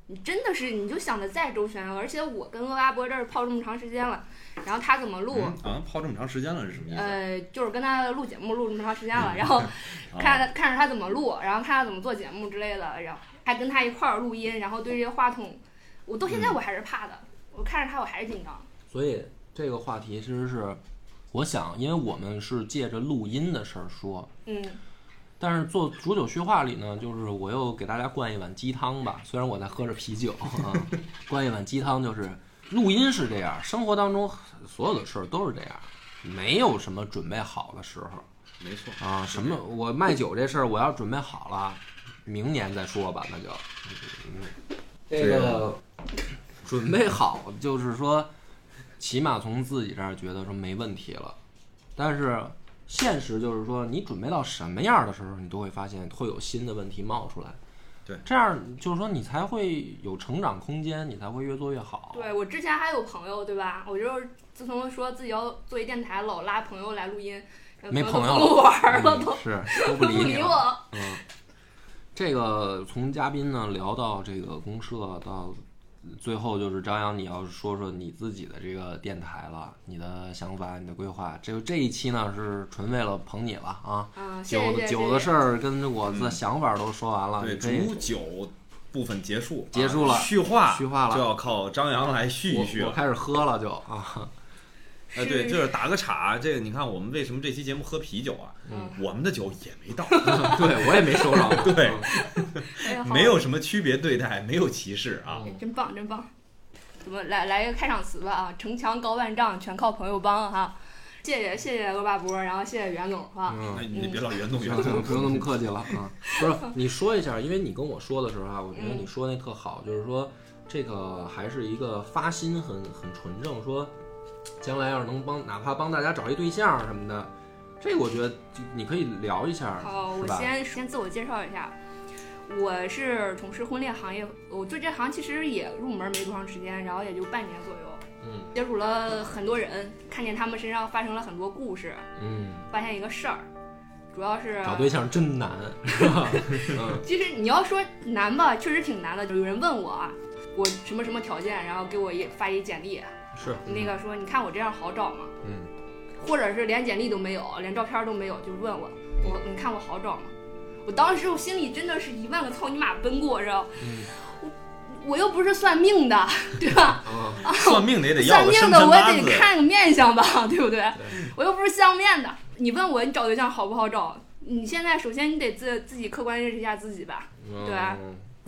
Speaker 3: 你真的是，你就想的再周全，啊而且我跟欧亚波这儿泡这么长时间了，然后他怎么录，
Speaker 2: 好像嗯啊泡这么长时间了是什么意思？
Speaker 3: 呃，就是跟他录节目录这么长时间了，然后
Speaker 2: 啊
Speaker 3: 看着看着他怎么录，然后看他怎么做节目之类的，然后还跟他一块儿录音，然后对这个话筒，我到现在我还是怕的，我看着他我还是紧张。
Speaker 1: 所以这个话题其实是，我想，因为我们是借着录音的事儿说，
Speaker 3: 嗯，
Speaker 1: 但是做煮酒叙话里呢，就是我又给大家灌一碗鸡汤吧，虽然我在喝着啤酒啊， 灌一碗鸡汤就是，录音是这样，生活当中所有的事儿都是这样，没有什么准备好的时候。
Speaker 2: 没错，
Speaker 1: 啊，什么？我卖酒这事儿，我要准备好了，明年再说吧，那就。嗯这个准备好，就是说，起码从自己这儿觉得说没问题了，但是现实就是说，你准备到什么样的时候，你都会发现会有新的问题冒出来。
Speaker 2: 对，
Speaker 1: 这样就是说，你才会有成长空间，你才会越做越好。嗯
Speaker 3: 对我之前还有朋友对吧？我就是自从说自己要做一电台，老拉朋友来录音，然后
Speaker 1: 没
Speaker 3: 朋
Speaker 1: 朋
Speaker 3: 友
Speaker 1: 友
Speaker 3: 都不玩儿了，
Speaker 1: 嗯
Speaker 3: 都
Speaker 1: 是都不
Speaker 3: 都
Speaker 1: 理
Speaker 3: 不
Speaker 1: 你
Speaker 3: 理
Speaker 1: 了。
Speaker 3: 我。
Speaker 1: 嗯，这个从嘉宾呢聊到这个公社，到最后就是张扬，你要说说你自己的这个电台了，你的想法，你的规划。这这一期呢是纯为了捧你了啊，
Speaker 3: 嗯，谢
Speaker 1: 酒
Speaker 3: 谢谢
Speaker 1: 的
Speaker 3: 谢
Speaker 1: 酒的事儿跟我的想法都说完了，
Speaker 2: 对，
Speaker 1: 啊你可以
Speaker 2: 煮酒部分结束，
Speaker 1: 结束了
Speaker 2: 啊续话
Speaker 1: 续话了
Speaker 2: 就要靠张扬来续一续
Speaker 1: 我我
Speaker 2: 了。
Speaker 1: 开始喝了就啊，
Speaker 2: 哎，对，
Speaker 3: 是
Speaker 2: 就是打个岔，啊这个你看我们为什么这期节目喝啤酒啊？
Speaker 3: 嗯
Speaker 2: 我们的酒也没到，
Speaker 1: 对我也没收着，
Speaker 2: 对
Speaker 1: 嗯
Speaker 3: 哎呀好哎
Speaker 2: 没有什么区别对待，没有歧视啊。
Speaker 3: 真棒，真棒！怎么来来一个开场词吧啊？城墙高万丈，全靠朋友帮哈、谢谢谢谢欧巴波，然后谢谢袁总啊哈、
Speaker 1: 嗯
Speaker 2: 那。你别老原动原
Speaker 1: 行行，
Speaker 2: 动，
Speaker 1: 不用那么客气了啊！不是，你说一下，因为你跟我说的时候啊，我觉得
Speaker 3: 嗯
Speaker 1: 你说那特好，就是说这个还是一个发心很很纯正，说将来要是能帮，哪怕帮大家找一对象什么的，这个我觉得就你可以聊一下，
Speaker 3: 好，
Speaker 1: 是
Speaker 3: 我
Speaker 1: 吧？
Speaker 3: 先先自我介绍一下，我是从事婚恋行业，我对这行其实也入门没多长时间，然后也就半年左右，
Speaker 1: 嗯
Speaker 3: 接触了很多人，看见他们身上发生了很多故事，
Speaker 1: 嗯，
Speaker 3: 发现一个事儿，主要是
Speaker 1: 找对象真难，是吧？嗯
Speaker 3: 其实你要说难吧，确实挺难的。有人问我啊，我什么什么条件，然后给我也发一简历，
Speaker 1: 是
Speaker 3: 那个说你看我这样好找吗？
Speaker 1: 嗯
Speaker 3: 或者是连简历都没有，连照片都没有，就问我，我你看我好找吗？我当时我心里真的是一万个操你妈奔过，知道？
Speaker 1: 嗯
Speaker 3: 我又不是算命的，对吧？
Speaker 1: 啊
Speaker 2: 算命的也得要
Speaker 3: 算
Speaker 2: 个生
Speaker 3: 命的
Speaker 2: 辰
Speaker 3: 我
Speaker 2: 八
Speaker 3: 也得
Speaker 2: 字，
Speaker 3: 看个面相吧， 对不对？我又不是相面的，你问我你找对象好不好找？你现在首先你得自自己客观认识一下自己吧。
Speaker 1: 嗯
Speaker 3: 对啊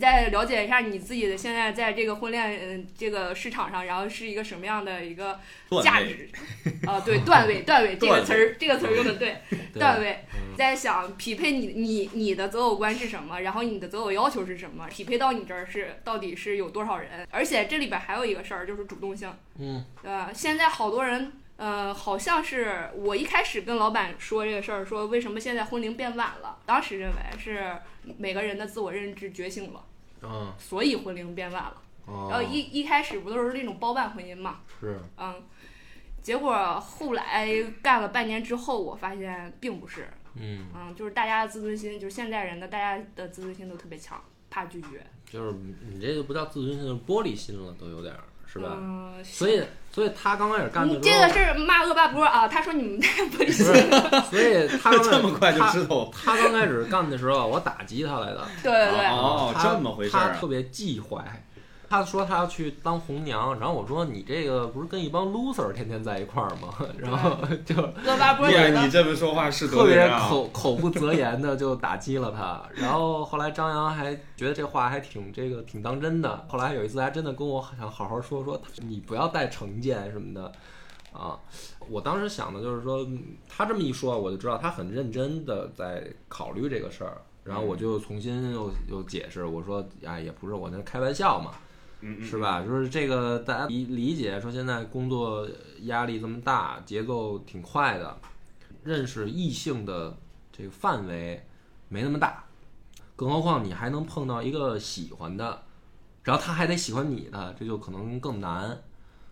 Speaker 3: 再了解一下你自己的现在在这个婚恋嗯这个市场上，然后是一个什么样的一个价
Speaker 2: 段位
Speaker 3: 值？ 啊，对，段位，段位这
Speaker 2: 段
Speaker 3: 个
Speaker 2: 位
Speaker 3: 词儿，这个词儿用的对，
Speaker 1: 对
Speaker 3: 段位
Speaker 1: 嗯。
Speaker 3: 在想匹配你你你的择偶观是什么，然后你的择偶要求是什么，匹配到你这儿是到底是有多少人？而且这里边还有一个事儿就是主动性，
Speaker 1: 嗯
Speaker 3: 呃，现在好多人。呃，好像是我一开始跟老板说这个事儿，说为什么现在婚龄变晚了？当时认为是每个人的自我认知觉醒了，
Speaker 1: 嗯
Speaker 3: 所以婚龄变晚了。然后
Speaker 1: 哦
Speaker 3: 一一开始不都是那种包办婚姻嘛，
Speaker 1: 是
Speaker 3: 嗯，结果后来干了半年之后，我发现并不是，
Speaker 1: 嗯
Speaker 3: 嗯，就是大家的自尊心，就是现代人的大家的自尊心都特别强，怕拒绝，
Speaker 1: 就是你这就不叫自尊心，就是玻璃心了，都有点儿是吧？
Speaker 3: 嗯，
Speaker 1: 所以所以他刚开始干的时
Speaker 3: 你
Speaker 1: 候，
Speaker 3: 这个事儿骂恶霸波啊，他说你们太不 理
Speaker 1: 不
Speaker 3: 性，
Speaker 1: 是，所以他刚开始
Speaker 2: 这么快就
Speaker 1: 他
Speaker 2: 知道我
Speaker 1: 他刚开始干的时候，我打击他来的。
Speaker 3: 对对
Speaker 1: 啊
Speaker 3: 对，
Speaker 2: 哦
Speaker 1: 他
Speaker 2: 这么回事儿啊
Speaker 1: 他特别忌讳。他说他要去当红娘，然后我说你这个不是跟一帮 loser 天天在一块儿吗？然后
Speaker 2: 哎
Speaker 1: 就
Speaker 3: 恶霸波
Speaker 2: 呀
Speaker 3: 觉，得
Speaker 2: 你这么说话是
Speaker 1: 特
Speaker 2: 得罪
Speaker 1: 别
Speaker 2: 人啊！
Speaker 1: 口口不择言的就打击了他。然后后来张扬还觉得这话还挺这个挺当真的。后来有一次还真的跟我想好好说说，你不要带成见什么的啊。我当时想的就是说，嗯他这么一说，我就知道他很认真的在考虑这个事儿。然后我
Speaker 2: 嗯
Speaker 1: 就重新又又解释，我说，哎，也不是我那开玩笑嘛，
Speaker 2: 嗯嗯
Speaker 1: 是吧？就是这个大家理理解说，现在工作压力这么大，节奏挺快的，认识异性的这个范围没那么大，更何况你还能碰到一个喜欢的，然后他还得喜欢你的，这就可能更难。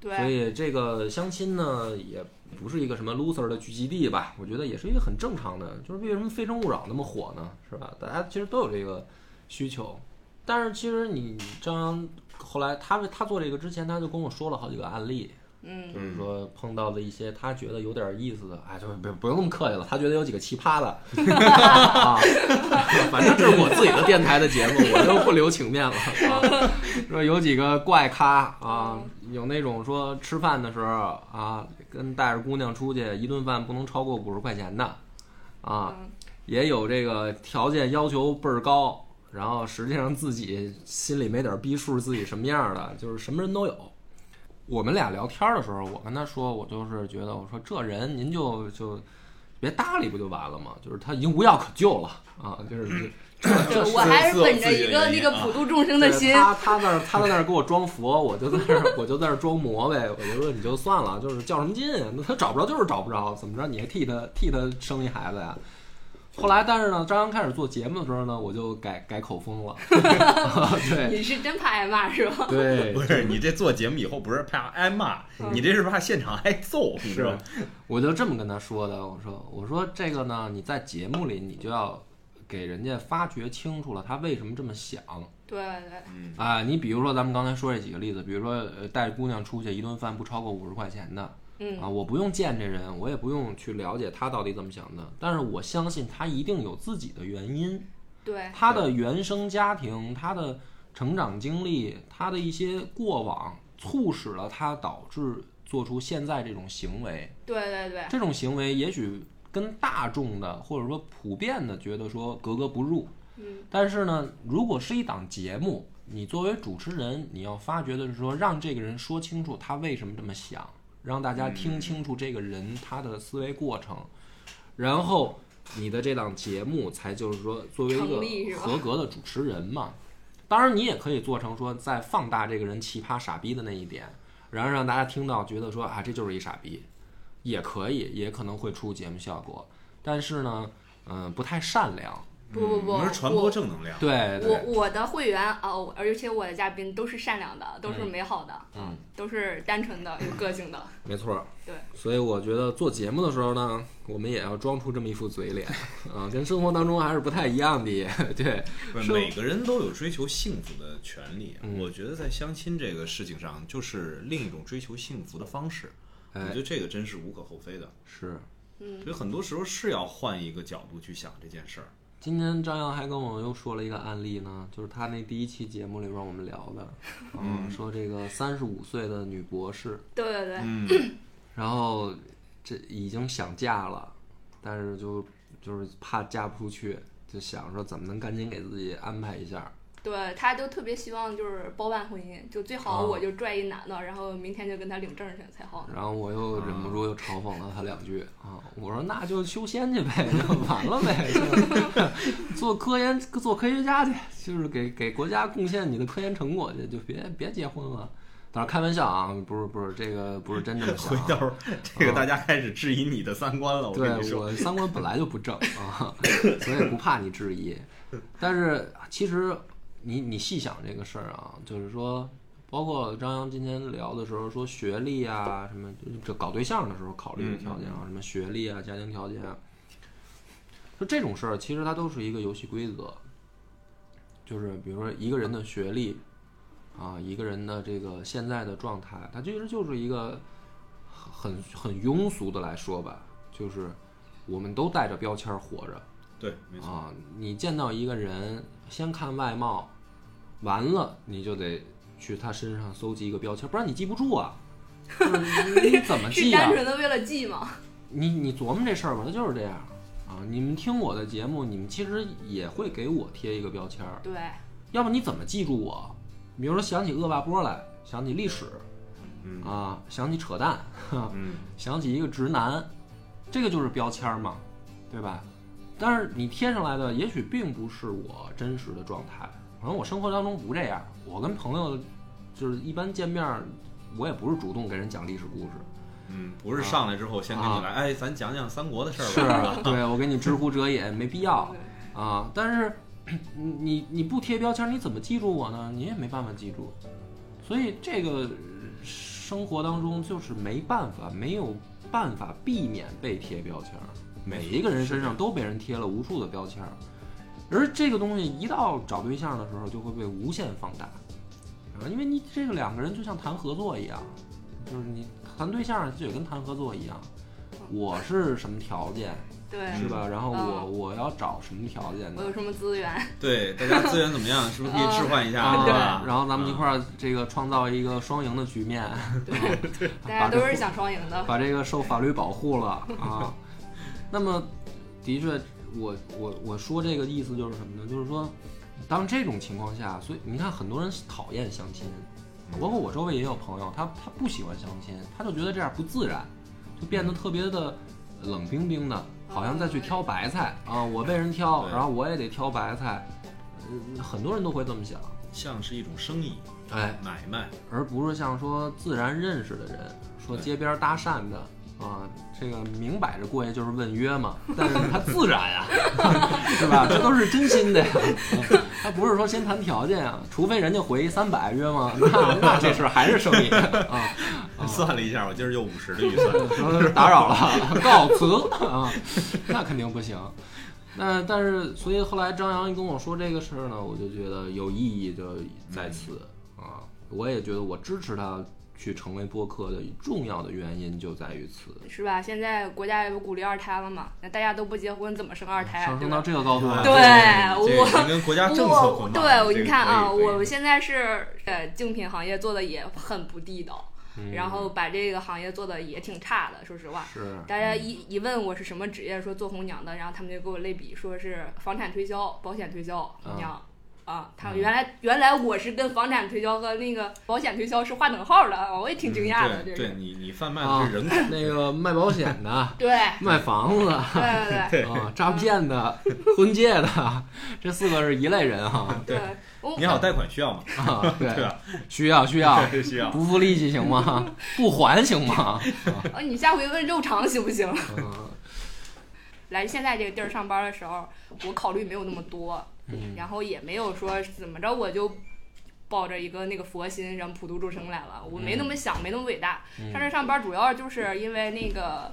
Speaker 1: 所
Speaker 3: 对，
Speaker 1: 以这个相亲呢，也不是一个什么 loser 的聚集地吧？我觉得也是一个很正常的，就是为什么《非诚勿扰》那么火呢？是吧？大家其实都有这个需求，但是其实你张扬后来他他做这个之前，他就跟我说了好几个案例，
Speaker 3: 嗯，
Speaker 1: 就是说碰到的一些他觉得有点意思的，哎，就不不用那么客气了，他觉得有几个奇葩 的啊，反正这是我自己的电台的节目，我就不留情面 了。啊、说有几个怪咖啊，有那种说吃饭的时候啊，跟带着姑娘出去，一顿饭不能超过五十块钱的啊，
Speaker 3: 嗯
Speaker 1: 也有这个条件要求倍儿高，然后实际上自己心里没点儿逼数，自己什么样儿的，就是什么人都有。我们俩聊天儿的时候，我跟他说，我就是觉得，我说这人您就就别搭理不就完了吗？就是他已经无药可救了啊，就是这这
Speaker 3: 我还是
Speaker 2: 自
Speaker 3: 本着
Speaker 2: 自己
Speaker 3: 一个
Speaker 2: 的
Speaker 3: 那
Speaker 2: 原
Speaker 3: 个
Speaker 2: 因啊
Speaker 3: 普度众生的
Speaker 1: 对
Speaker 3: 心，
Speaker 1: 他他那儿他在那儿给我装佛，我就在那儿我就在那儿装魔呗。我就说你就算了，就是较什么劲啊？那他找不着就是找不着，怎么着你还替他替他生一孩子呀？后来，但是呢，张扬开始做节目的时候呢，我就改改口风 了。 对
Speaker 3: 你是真怕挨骂是吧？
Speaker 1: 对
Speaker 2: 不，是你这做节目以后不是怕挨骂，
Speaker 3: 嗯
Speaker 2: 你这是怕现场挨揍，你知道吗？
Speaker 1: 我就这么跟他说的。我说我说这个呢，你在节目里你就要给人家发掘清楚了，他为什么这么想。
Speaker 3: 对对，
Speaker 1: 啊，你比如说咱们刚才说这几个例子，比如说呃带姑娘出去一顿饭不超过五十块钱的，
Speaker 3: 嗯
Speaker 1: 啊，我不用见这人，我也不用去了解他到底怎么想的，但是我相信他一定有自己的原因，
Speaker 3: 对，
Speaker 1: 他的原生家庭、他的成长经历、他的一些过往，促使了他导致做出现在这种行为。
Speaker 3: 对对对，
Speaker 1: 这种行为也许跟大众的或者说普遍的觉得说格格不入，
Speaker 3: 嗯，
Speaker 1: 但是呢，如果是一档节目，你作为主持人，你要发掘的是说让这个人说清楚他为什么这么想，让大家听
Speaker 3: 嗯
Speaker 1: 清楚这个人他的思维过程，然后你的这档节目才就是说作为
Speaker 3: 成立
Speaker 1: 一
Speaker 3: 是
Speaker 1: 个
Speaker 3: 吧
Speaker 1: 合格的主持人嘛。当然，你也可以做成说在放大这个人奇葩傻逼的那一点，然后让大家听到觉得说啊这就是一傻逼，也可以，也可能会出节目效果，但是呢，嗯、不太善良，
Speaker 3: 不不不，
Speaker 2: 我们是嗯传播正能量。
Speaker 1: 对
Speaker 3: 我
Speaker 1: 对，
Speaker 3: 我的会员哦，而且我的嘉宾都是善良的，都是
Speaker 1: 嗯
Speaker 3: 美好的，
Speaker 1: 嗯，
Speaker 3: 都是单纯的、有个性的。
Speaker 1: 没错，
Speaker 3: 对，
Speaker 1: 所以我觉得做节目的时候呢，我们也要装出这么一副嘴脸，啊，跟生活当中还是不太一样的，对，
Speaker 2: 不是
Speaker 1: 生
Speaker 2: 每个人都有追求幸福的权利。
Speaker 1: 嗯
Speaker 2: 我觉得在相亲这个事情上，就是另一种追求幸福的方式。我
Speaker 1: 哎
Speaker 2: 觉，得这个真是无可厚非的。
Speaker 1: 是。
Speaker 3: 嗯，
Speaker 2: 所以很多时候是要换一个角度去想这件事儿。
Speaker 1: 今天张扬还跟我又说了一个案例呢，就是他那第一期节目里边我们聊 的，嗯，说这个三十五岁的女博士，
Speaker 3: 对对对，
Speaker 2: 嗯，
Speaker 1: 然后这已经想嫁了，但是就就是怕嫁不出去，就想说怎么能赶紧给自己安排一下，
Speaker 3: 对，他就特别希望就是包办婚姻，就最好
Speaker 1: 哦
Speaker 3: 我就拽一男的，然后明天就跟他领证去才好呢。
Speaker 1: 然后我又忍不住又嘲讽了他两句啊，我说那就修仙去呗，就完了呗，就 做科研做科学家去，就是给给国家贡献你的科研成果去，就别别结婚了。当然开玩笑啊，不是不是，这个不是真这么想
Speaker 2: 回
Speaker 1: 啊、
Speaker 2: 头这个大家开始质疑你的三观了。我跟你
Speaker 1: 对
Speaker 2: 说，
Speaker 1: 我三观本来就不正啊，所以不怕你质疑。但是其实你你细想这个事儿啊，就是说，包括张扬今天聊的时候说学历啊，什么这搞对象的时候考虑的条件啊，什么学历啊、家庭条件啊，就这种事儿，其实它都是一个游戏规则。就是比如说一个人的学历啊，一个人的这个现在的状态，它其实就是一个很很很庸俗的来说吧，就是我们都带着标签儿活着
Speaker 2: 对，没错。
Speaker 1: 啊。你见到一个人，先看外貌，完了你就得去他身上搜集一个标签儿，不然你记不住啊。就是你你怎么
Speaker 3: 是
Speaker 1: 记啊
Speaker 3: 单？纯的为了记
Speaker 2: 啊
Speaker 3: 吗？
Speaker 1: 你你琢磨这事儿吧，它就是这样啊。你们听我的节目，你们其实也会给我贴一个标签儿，
Speaker 3: 对，
Speaker 1: 要不你怎么记住我？比如说想起恶霸波来，想起历史，
Speaker 2: 嗯
Speaker 1: 啊，想起扯淡，
Speaker 2: 嗯，
Speaker 1: 想起一个直男，这个就是标签儿嘛，对吧？但是你贴上来的也许并不是我真实的状态，可能我生活当中不这样。我跟朋友就是一般见面儿，我也不是主动给人讲历史故事，
Speaker 2: 嗯，不是上来之后先跟你来，哎，咱讲讲三国的事
Speaker 1: 啊是
Speaker 2: 儿吧。
Speaker 1: 啊，对我给你知乎者也没必要
Speaker 3: 对
Speaker 1: 啊。但是 你你你不贴标签儿，你怎么记住我呢？你也没办法记住。所以这个呃生活当中就是没办法，没有办法避免被贴标签儿。每一个人身上都被人贴了无数的标签儿，而这个东西一到找对象的时候就会被无限放大，啊，因为你这个两个人就像谈合作一样，就是你谈对象就也跟谈合作一样，
Speaker 3: 嗯
Speaker 1: 我是什么条件，
Speaker 3: 对，
Speaker 1: 是吧？然后我
Speaker 3: 嗯
Speaker 1: 我要找什么条件
Speaker 3: 我
Speaker 1: 的
Speaker 3: 有？什么资源？
Speaker 2: 对，大家资源怎么样？是不是可以置换一下？
Speaker 1: 啊
Speaker 2: 是吧？
Speaker 1: 然后咱们一
Speaker 2: 嗯
Speaker 1: 块儿这个创造一个双赢的局面，
Speaker 3: 大家都是想双赢的。
Speaker 1: 把这个受法律保护了啊。 那么，的确，我我我说这个意思就是什么呢？就是说，当这种情况下，所以你看，很多人讨厌相亲，包括我周围也有朋友，他他不喜欢相亲，他就觉得这样不自然，就变得特别的冷冰冰的，好像再去挑白菜啊，我被人挑，
Speaker 2: 对
Speaker 1: 然后我也得挑白菜，呃很多人都会这么想，
Speaker 2: 啊像是一种生意
Speaker 1: 哎，
Speaker 2: 买卖，
Speaker 1: 而不是像说自然认识的人，说
Speaker 2: 对
Speaker 1: 街边搭讪的啊，这个明摆着过去就是问约嘛，但是他自然啊， 是吧？这都是真心的呀， 他不是说先谈条件啊，除非人家回三百约吗？那那这事儿还是生意啊，啊
Speaker 2: 算了一下，我今儿就五十的 预算。
Speaker 1: 说打扰了， 告辞啊，那肯定不行。那但是，所以后来张扬一跟我说这个事儿呢，我就觉得有意义就在此、啊，我也觉得我支持他去成为播客的重要的原因就在于此。
Speaker 3: 是吧？现在国家也不鼓励二胎了嘛，那大家都不结婚，怎么生二胎？啊
Speaker 1: 上
Speaker 3: 对
Speaker 1: 升到
Speaker 3: 吧？
Speaker 1: 这个高度了，
Speaker 3: 对我
Speaker 2: 这跟国家政策
Speaker 3: 我
Speaker 2: 捆绑。这
Speaker 3: 对，你
Speaker 2: 个
Speaker 3: 看啊，
Speaker 2: 可以可以
Speaker 3: 我现在是呃竞品行业做的也很不地道，
Speaker 1: 嗯
Speaker 2: 嗯
Speaker 3: 然后把这个行业做的也挺差的，说实话。
Speaker 1: 是
Speaker 3: 大家一一问我是什么职业，说做红娘的，然后他们就给我类比，说是房产推销、保险推销红娘，啊，他原来原来我是跟房产推销和那个保险推销是划等号的啊，我也挺惊讶的，
Speaker 2: 对，
Speaker 3: 这
Speaker 2: 对
Speaker 3: 是。啊
Speaker 2: 你你贩卖的是人口，
Speaker 1: 那个卖保险 的、
Speaker 3: 对
Speaker 1: 卖房子的
Speaker 3: 对对对
Speaker 1: 啊、诈骗的、婚介的，这四个是一类人哈
Speaker 2: 对
Speaker 3: 对，我
Speaker 2: 你好，贷款需要吗？
Speaker 1: 啊，
Speaker 2: 对
Speaker 1: 对，
Speaker 2: 吧？
Speaker 1: 需要需要，
Speaker 2: 对需要。
Speaker 1: 不付利息行吗？不还行吗？
Speaker 3: 呃，你下回问肉肠行不行？
Speaker 1: 嗯
Speaker 3: 来现在这个地儿上班的时候，我考虑没有那么多，
Speaker 1: 嗯
Speaker 3: 然后也没有说怎么着我就抱着一个那个佛心，然后普度众生来了，我没那么想，没那么伟大。
Speaker 1: 嗯
Speaker 3: 上这上班主要就是因为那个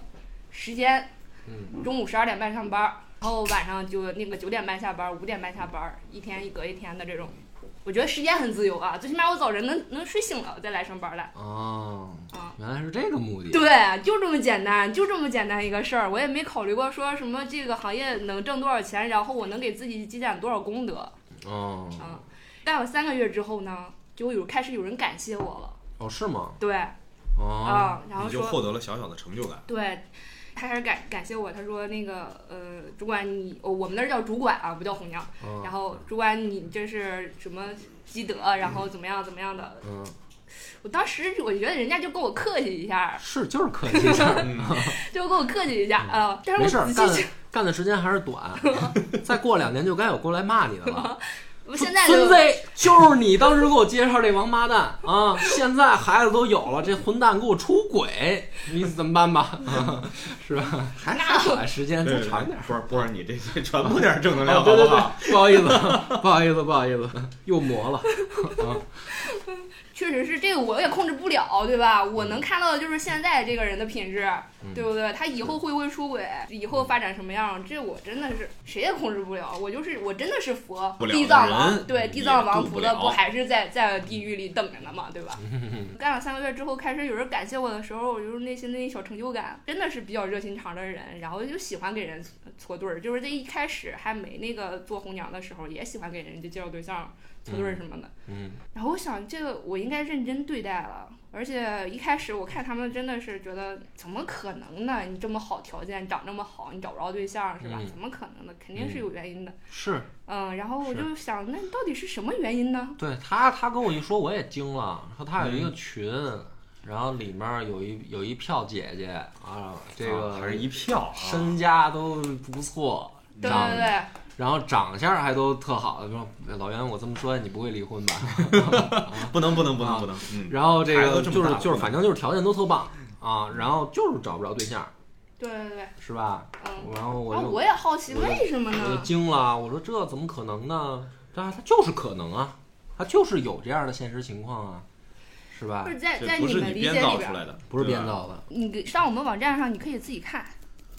Speaker 3: 时间，
Speaker 1: 嗯
Speaker 3: 中午十二点半上班，然后晚上就那个九点半下班，五点半下班，一天一隔一天的这种。我觉得时间很自由啊，最起码我早晨能能睡醒了再来上班来。
Speaker 1: 哦
Speaker 3: 啊，
Speaker 1: 原来是这个目的。
Speaker 3: 对，就这么简单，就这么简单一个事儿，我也没考虑过说什么这个行业能挣多少钱，然后我能给自己积攒多少功德
Speaker 1: 哦
Speaker 3: 啊。干了三个月之后呢，就有开始有人感谢我了，
Speaker 1: 哦，是吗？
Speaker 3: 对
Speaker 1: 哦，
Speaker 3: 啊，然后
Speaker 2: 你就
Speaker 3: 说
Speaker 2: 获得了小小的成就 感，
Speaker 3: 对，他开始感感谢我，他说那个呃，主管你，哦我们那儿叫主管啊，不叫红
Speaker 2: 哦
Speaker 3: 娘。
Speaker 1: 嗯
Speaker 3: 然后主管你这是什么积德，然后怎么样怎么样的。
Speaker 1: 嗯，
Speaker 3: 我当时我觉得人家就跟我客气一下，
Speaker 1: 是就是客气一 下，
Speaker 2: 嗯，
Speaker 3: 就跟我客气一下啊、但
Speaker 1: 没
Speaker 3: 是
Speaker 1: 事
Speaker 3: 我
Speaker 1: 儿，
Speaker 3: 仔
Speaker 1: 干
Speaker 3: 细
Speaker 1: 的
Speaker 3: 想，
Speaker 1: 干的时间还是 短，再过两年就该有过来骂你的了。
Speaker 3: 我哦现在
Speaker 1: 孙
Speaker 3: 就
Speaker 1: 子就是你当时给我介绍这王八蛋啊！现在孩子都有了，这混蛋给我出轨，你怎么办吧？啊是吧？还
Speaker 3: 那
Speaker 1: 还短时间
Speaker 2: 对
Speaker 1: 再
Speaker 2: 对
Speaker 1: 长点儿。
Speaker 2: 不是不是，你这这传播点正能量
Speaker 1: 啊，对
Speaker 2: 好不
Speaker 1: 对
Speaker 2: 好？
Speaker 1: 对， 不好意思，不好意思，不好意思， 又磨了。
Speaker 3: 确实是这个我也控制不了，对吧？我
Speaker 2: 嗯
Speaker 3: 能看到的就是现在这个人的品质，
Speaker 1: 嗯
Speaker 3: 对不对？他以后会不会出轨，
Speaker 2: 嗯
Speaker 3: 以后发展什么样，这我真的是谁也控制不了。我就是我真的是佛
Speaker 2: 不了的
Speaker 3: 地藏王，
Speaker 2: 人
Speaker 3: 对
Speaker 2: 你
Speaker 3: 地
Speaker 2: 也
Speaker 3: 藏王
Speaker 2: 渡不
Speaker 3: 菩萨
Speaker 2: 了
Speaker 3: 不还是在在地狱里等着呢嘛，对 吧？干了三个月之后，开始有人感谢我的时候，我就是内心的一小成就感，真的是比较热心肠的人，然后就喜欢给人搓搓对儿，就是这一开始还没那个做红娘的时候，也喜欢给人家介绍对象、搓对儿什么的。
Speaker 1: 嗯
Speaker 3: 然后我想，这个我应该认真对待了。而且一开始我看他们真的是觉得，怎么可能呢？你这么好条件，长这么好，你找不着对象是吧？
Speaker 1: 嗯
Speaker 3: 怎么可能呢？肯定是有原因的。
Speaker 1: 是
Speaker 3: 嗯然后我就想，那到底是什么原因呢？
Speaker 1: 对他，他跟我一说，我也惊了。说他有一个群，然后里面有一有一票姐姐啊，这个
Speaker 2: 啊还是一票啊，
Speaker 1: 身家都不错，
Speaker 3: 对
Speaker 1: 长
Speaker 3: 对对，
Speaker 1: 然后长相还都特好。说老袁，我这么说你不会离婚吧？
Speaker 2: 不能不能不
Speaker 1: 啊
Speaker 2: 能不能，嗯，
Speaker 1: 然后这
Speaker 2: 孩子
Speaker 1: 个
Speaker 2: 都这
Speaker 1: 就是
Speaker 2: 么大了
Speaker 1: 就是，反正就是条件都特棒啊，然后就是找不着对象，
Speaker 3: 对对对，
Speaker 1: 是吧？
Speaker 3: 嗯。
Speaker 1: 然后我
Speaker 3: 然
Speaker 1: 就
Speaker 3: 后我也好奇，
Speaker 1: 我就
Speaker 3: 为什么
Speaker 1: 我就
Speaker 3: 呢？
Speaker 1: 惊了，我说这怎么可能呢？但是他就是可能啊，他就是有这样的现实情况啊，是吧
Speaker 3: 不？是在
Speaker 2: 这
Speaker 3: 在
Speaker 2: 不是
Speaker 3: 们理
Speaker 2: 编
Speaker 3: 解里
Speaker 2: 造
Speaker 3: 边
Speaker 2: 出
Speaker 3: 儿，
Speaker 2: 来的，
Speaker 1: 不是
Speaker 2: 对吧啊
Speaker 1: 编，造的，
Speaker 3: 你上我们网站上你可以自己看，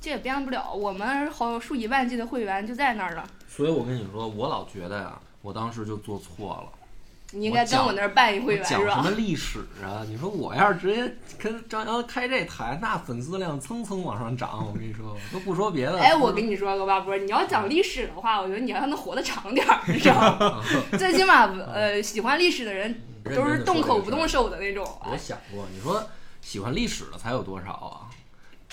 Speaker 3: 这也编不了。我们好数以万计的会员就在那儿了，
Speaker 1: 所以我跟你说，我老觉得呀、我当时就做错了。
Speaker 3: 你应该跟
Speaker 1: 我
Speaker 3: 我那儿办一
Speaker 1: 我
Speaker 3: 会员
Speaker 1: 讲
Speaker 3: 是
Speaker 1: 什么
Speaker 3: 吧？
Speaker 1: 历史啊？你说我要是直接跟张扬开这台，那粉丝量蹭蹭往上涨。我跟你说，我都不说别 的。
Speaker 3: 哎，我跟你说个吧，不是，你要讲历史的话，我觉得你还能活得长点 儿，你知道吗？最起码，呃，喜欢历史的人
Speaker 1: 认真地
Speaker 3: 都是动口不
Speaker 1: 说这
Speaker 3: 动
Speaker 1: 个事
Speaker 3: 手的那种。啊
Speaker 1: 儿。我想过，你说喜欢历史的才有多少啊？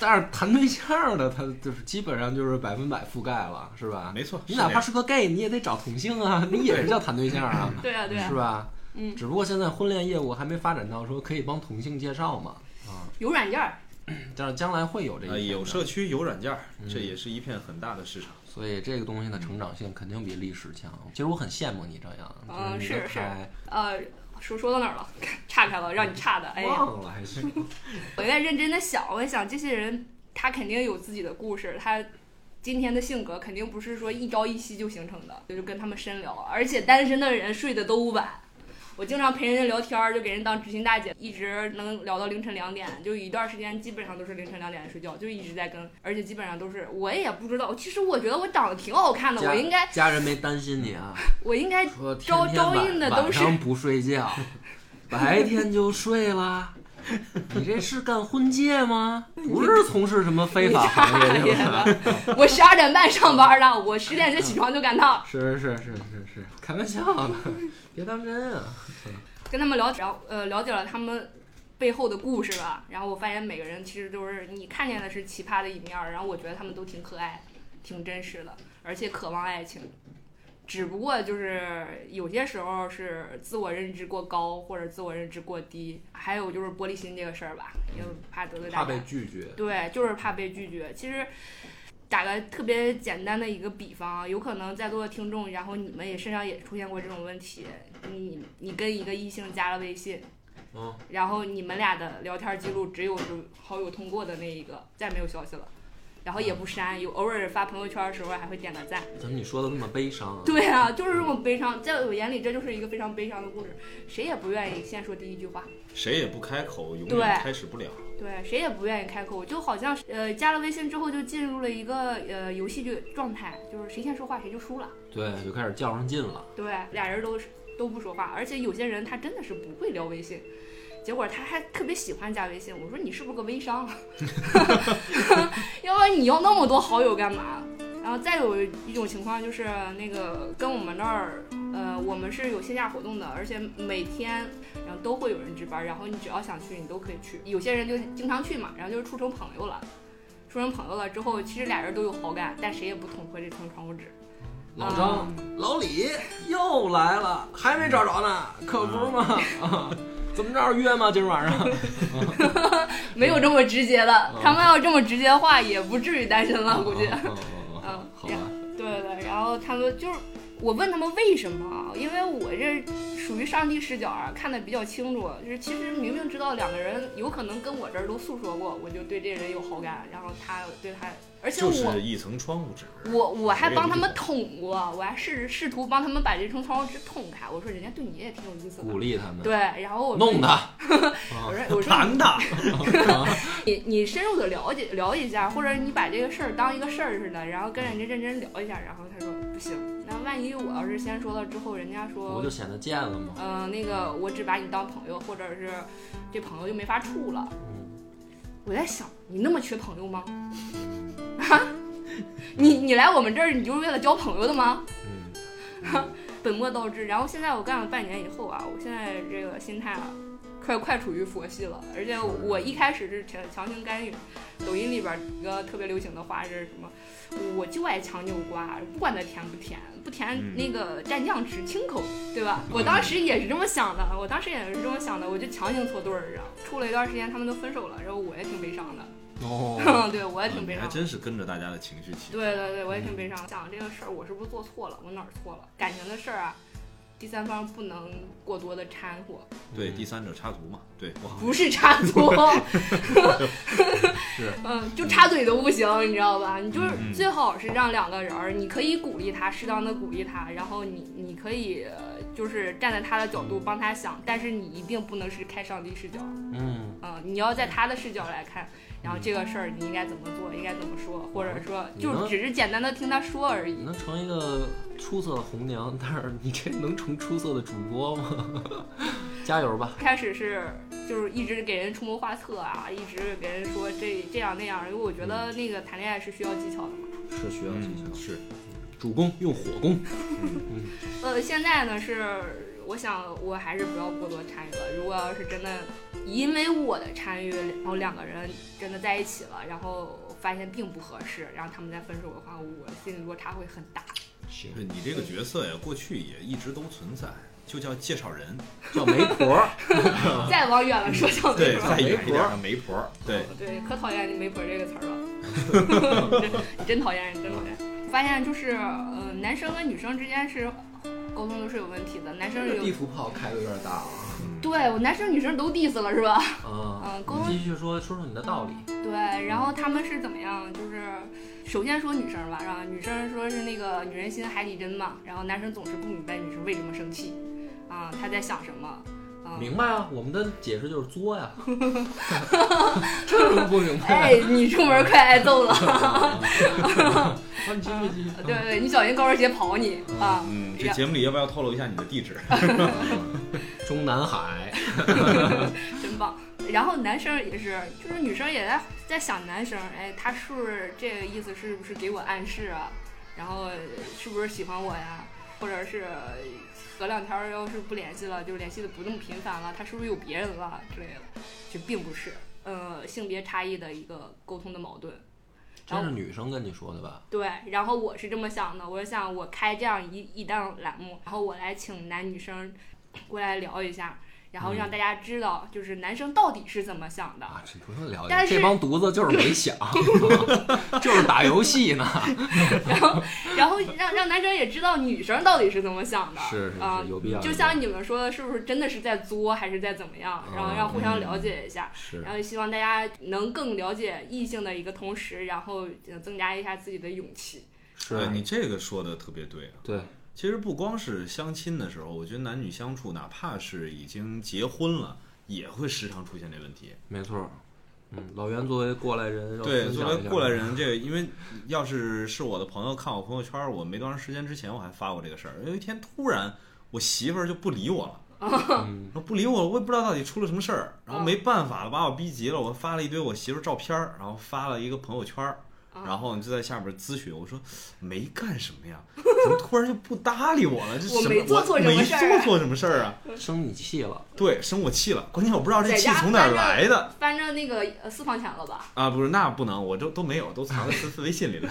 Speaker 1: 但是谈对象的，他就是基本上就是百分百覆盖了，是吧？
Speaker 2: 没错，
Speaker 1: 你
Speaker 2: 是
Speaker 1: 哪
Speaker 2: 这
Speaker 1: 怕
Speaker 2: 样
Speaker 1: 是个 gay，你也得找同性啊，你也是叫谈对象啊，
Speaker 3: 对啊，对啊
Speaker 1: 是，吧？
Speaker 3: 嗯，
Speaker 1: 只不过现在婚恋业务还没发展到说可以帮同性介绍嘛，啊，
Speaker 3: 有软件儿，
Speaker 1: 但是将来会有这
Speaker 2: 呃
Speaker 1: 一
Speaker 2: 有
Speaker 1: 社，
Speaker 2: 社区有软件儿，这
Speaker 1: 嗯
Speaker 2: 也是一片很大的市场。
Speaker 1: 所以这个东西的成长性肯定比历史强。其实我很羡慕你张扬，就是
Speaker 3: 嗯
Speaker 1: 你
Speaker 3: 是
Speaker 1: 的
Speaker 3: 是
Speaker 1: 台
Speaker 3: 呃，说说到哪儿了？岔开了，让你岔的。哎，
Speaker 1: 忘了还是
Speaker 3: 我在认真的想，我想这些人他肯定有自己的故事，他今天的性格肯定不是说一朝一夕就形成的，就是跟他们深聊。而且单身的人睡得都晚，我经常陪人家聊天儿，就给人当知心大姐，一直能聊到凌晨两点，就一段时间基本上都是凌晨两点睡觉，就一直在跟，而且基本上都是我也不知道，其实我觉得我长得挺好看的，
Speaker 1: 家
Speaker 3: 我应该
Speaker 1: 家人没担心你啊，
Speaker 3: 我应该
Speaker 1: 说天
Speaker 3: 招
Speaker 1: 天
Speaker 3: 招
Speaker 1: 晚
Speaker 3: 应的都是
Speaker 1: 晚上不睡 觉，白天就睡啦。 你这是干婚介 吗？不是从事什么非法行业对吧？
Speaker 3: 我十二点半上班了，我十点就起床就赶到。
Speaker 1: 是是是是是，开玩笑呢，别当真 啊。
Speaker 3: 跟他们聊，然后呃了解了他们背后的故事吧。然后我发现每个人其实都是你看见的是奇葩的一面儿，然后我觉得他们都挺可爱的，挺真实的，而且渴望爱情。只不过就是有些时候是自我认知过高或者自我认知过低，还有就是玻璃心这个事儿吧，也怕得罪
Speaker 1: 怕
Speaker 3: 大家，
Speaker 1: 被拒绝。
Speaker 3: 对，就是怕被拒绝。其实打个特别简单的一个比方啊，有可能在座的听众，然后你们也身上也出现过这种问题，你你跟一个异性加了微信，
Speaker 1: 嗯，
Speaker 3: 然后你们俩的聊天记录只有是好友通过的那一个，再没有消息了。然后也不删，有偶尔发朋友圈的时候还会点个赞。
Speaker 1: 怎么你说的那么悲伤啊？
Speaker 3: 对啊，就是这种悲伤，在我眼里这就是一个非常悲伤的故事，谁也不愿意先说第一句话。
Speaker 2: 谁也不开口，永
Speaker 3: 对
Speaker 2: 远开始不了。
Speaker 3: 对，谁也不愿意开口，就好像是呃加了微信之后就进入了一个呃游戏剧状态，就是谁先说话谁就输了。
Speaker 1: 对，就开始较上劲了。
Speaker 3: 对，俩人都是都不说话，而且有些人他真的是不会聊微信，结果他还特别喜欢加微信。我说你是不是个微商啊？ 要不然你要那么多好友干嘛？然后再有一种情况就是那个跟我们那儿，呃，我们是有线下活动的，而且每天然后都会有人值班，然后你只要想去你都可以去。有些人就经常去嘛，然后就处成朋友了。处成朋友了之后，其实俩人都有好感，但谁也不捅破这层窗户纸。嗯
Speaker 1: 老张、老李又来了，还没找着呢，可不是吗？啊， 怎么着约吗？今儿晚上？
Speaker 3: 没有这么直接的
Speaker 1: 嗯，
Speaker 3: 他们要这么直接的话，也不至于单身啊了，估计。
Speaker 1: 嗯嗯嗯，
Speaker 3: 嗯，
Speaker 1: 好
Speaker 3: 然
Speaker 1: 吧。
Speaker 3: 对对对，然后他们就是我问他们为什么，因为我这属于上帝视角啊，看得比较清楚。就是其实明明知道两个人有可能跟我这儿都诉说过，我就对这人有好感，然后他对他，而且
Speaker 2: 就
Speaker 3: 我、
Speaker 2: 是一层窗户纸。
Speaker 3: 我我还
Speaker 2: 也
Speaker 3: 帮
Speaker 2: 不
Speaker 3: 他
Speaker 2: 懂
Speaker 3: 们捅过，我还试试图帮他们把这层窗户纸捅开。我说人家对你也挺有意思的
Speaker 1: 鼓，励他们，
Speaker 3: 对，然后我说
Speaker 1: 弄 他。啊
Speaker 3: 我 说我说
Speaker 2: 盘的，
Speaker 3: 你你深入的了解了解一下，或者你把这个事儿当一个事儿似的，然后跟人家认真聊一下。然后他说不行，那万一我要是先说了之后，人家
Speaker 1: 不
Speaker 3: 说
Speaker 1: 就，显得贱了吗？
Speaker 3: 嗯、那个我只把你当朋友，或者是这朋友就没法处了。
Speaker 1: 嗯，
Speaker 3: 我在想，你那么缺朋友吗？ 啊？你你来我们这儿，你就是为了交朋友的吗？
Speaker 1: 嗯
Speaker 3: 本末倒置。然后现在我干了半年以后啊，我现在这个心态啊，快快处于佛系了。而且我一开始是强强行干预，抖音里边一个特别流行的话是什么？我就爱强扭瓜，不管它甜不甜，不甜
Speaker 2: 嗯
Speaker 3: 那个蘸酱吃，清口，对吧？我当时也是这么想的，我当时也是这么想的，我就强行凑对儿，然后处了一段时间，他们都分手了，然后我也挺悲伤的，
Speaker 1: 哦，
Speaker 3: 对我也挺悲
Speaker 2: 嗯你
Speaker 3: 伤
Speaker 2: 还
Speaker 3: 的。
Speaker 2: 真是跟着大家的情绪起。
Speaker 3: 对对对，我也挺悲伤。想这个事儿，我是不是做错了？我哪儿错了？感情的事儿啊，第三方不能过多的掺和，
Speaker 1: 哦
Speaker 2: 对，第三者插足嘛，对，我好
Speaker 3: 不是插足，
Speaker 1: 是，
Speaker 3: 嗯，就插嘴都不行，你知道吧？你就是
Speaker 2: 嗯嗯
Speaker 3: 最好是让两个人儿，你可以鼓励他，适当的鼓励他，然后你你可以呃就是站在他的角度帮他想，但是你一定不能是开上帝视角，
Speaker 1: 嗯，
Speaker 3: 嗯，你要在他的视角来看。然后这个事儿你应该怎么做，应该怎么说，或者说
Speaker 1: 嗯你
Speaker 3: 就
Speaker 1: 能
Speaker 3: 只是简单的听他说而已
Speaker 1: 你。能成一个出色的红娘，但是你这能成出色的主播吗？ 加油吧！
Speaker 3: 开始是就是一直给人出谋划策啊，一直给人说这这样那样，因为我觉得那个谈恋爱是需要技巧的嘛。
Speaker 1: 是需要技巧
Speaker 2: 嗯，是
Speaker 1: 主攻用火攻。
Speaker 3: 呃，现在呢是我想我还是不要过多参与了。如果要是真的因为我的参与，然后两个人真的在一起了，然后发现并不合适，然后他们再分手的话，我心里落差会很大。
Speaker 1: 行，
Speaker 2: 对你这个角色呀，过去也一直都存在，就叫介绍人。
Speaker 1: 叫媒婆 儿，
Speaker 3: 再往远了说，小
Speaker 2: 对，
Speaker 3: 说。
Speaker 2: 再远一
Speaker 1: 媒婆
Speaker 2: 点的媒婆。对，
Speaker 3: 对，可讨厌“媒婆”这个词儿了，你真你真讨厌，你真讨厌。发现就是，呃，男生跟女生之间是沟通都是有问题的，男生
Speaker 1: 这地
Speaker 3: 有，
Speaker 1: 图炮开的有点大了
Speaker 2: 嗯
Speaker 3: 对我男生女生都 diss 了是吧？
Speaker 1: 啊。
Speaker 3: 嗯，沟
Speaker 1: 你
Speaker 3: 通
Speaker 1: 继续说，说说你的道理。
Speaker 3: 对，然后他们是怎么样？就是首先说女生吧，然后女生说是那个女人心海底针嘛，然后男生总是不明白女生为什么生气，啊、他在想什么？啊、
Speaker 1: 明白啊，我们的解释就是作 呀。这有什么不明 白？
Speaker 3: 哎，你出门快挨揍了，
Speaker 1: 啊，你继续继续。
Speaker 3: 对对，你小心高跟鞋跑你啊！
Speaker 2: 嗯，这节目里要不要透露一下你的地址？
Speaker 1: 中南海，
Speaker 3: 真棒。然后男生也是，就是女生也在在想男生，哎，他是不是这个意思是不是给我暗示啊？然后是不是喜欢我呀？或者是隔两天儿要是不联系了，就联系的不那么频繁了，他是不是有别人了之类的？这并不是，呃，性别差异的一个沟通的矛盾。
Speaker 1: 这是女生跟你说的吧？
Speaker 3: 对，然后我是这么想的，我是想我开这样一一档栏目，然后我来请男女生过来聊一下，然后让大家知道就是男生到底是怎么想的。
Speaker 1: 啊，这不用了
Speaker 3: 但
Speaker 1: 解，
Speaker 3: 是
Speaker 1: 这帮犊子就是没 想，就是打游戏呢。
Speaker 3: 然后然后让让男生也知道女生到底是怎么想的，
Speaker 1: 是是
Speaker 3: 啊
Speaker 1: 是，有必要。
Speaker 3: 就像你们说的，是不是真的是在作，还是在怎么样？然后
Speaker 1: 啊
Speaker 3: 让互相了解一
Speaker 2: 哦
Speaker 3: 下，
Speaker 1: 是
Speaker 3: 然后希望大家能更了解异性的一个同时，然后呃增加一下自己的勇气。
Speaker 2: 对
Speaker 1: 是，
Speaker 2: 你这个说的特别对啊。
Speaker 1: 对，
Speaker 2: 其实不光是相亲的时候，我觉得男女相处，哪怕是已经结婚了，也会时常出现这问题。
Speaker 1: 没错。嗯，老袁作为过来人，要
Speaker 2: 对，
Speaker 1: 分
Speaker 2: 作
Speaker 1: 享一
Speaker 2: 为
Speaker 1: 下
Speaker 2: 过来人，这个因为要是是我的朋友看我朋友圈，我没多长时间之前我还发过这个事儿。有一天突然，我媳妇儿就不理 我了，
Speaker 1: 嗯，
Speaker 2: 说不理我，我也不知道到底出了什么事儿。然
Speaker 3: 嗯
Speaker 2: 后没办法了，把我逼急了，我发了一堆我媳妇儿照片儿，然后发了一个朋友圈儿，
Speaker 3: 啊
Speaker 2: 然后你就在下面咨询我说没干什么呀，怎么突然就不搭理我了？这
Speaker 3: 我
Speaker 2: 什么？
Speaker 3: 没做错什么
Speaker 2: 没
Speaker 3: 事儿
Speaker 2: 做
Speaker 3: 啊
Speaker 2: 错什么事儿啊？
Speaker 1: 生你气了，
Speaker 2: 对，生我气了，关键我不知道这
Speaker 3: 在
Speaker 2: 气
Speaker 3: 家
Speaker 2: 从哪儿
Speaker 3: 翻着
Speaker 2: 来的
Speaker 3: 翻着那个呃私房钱了吧？
Speaker 2: 啊！不是，那不能，我都都没有，都藏在 私私微信里了。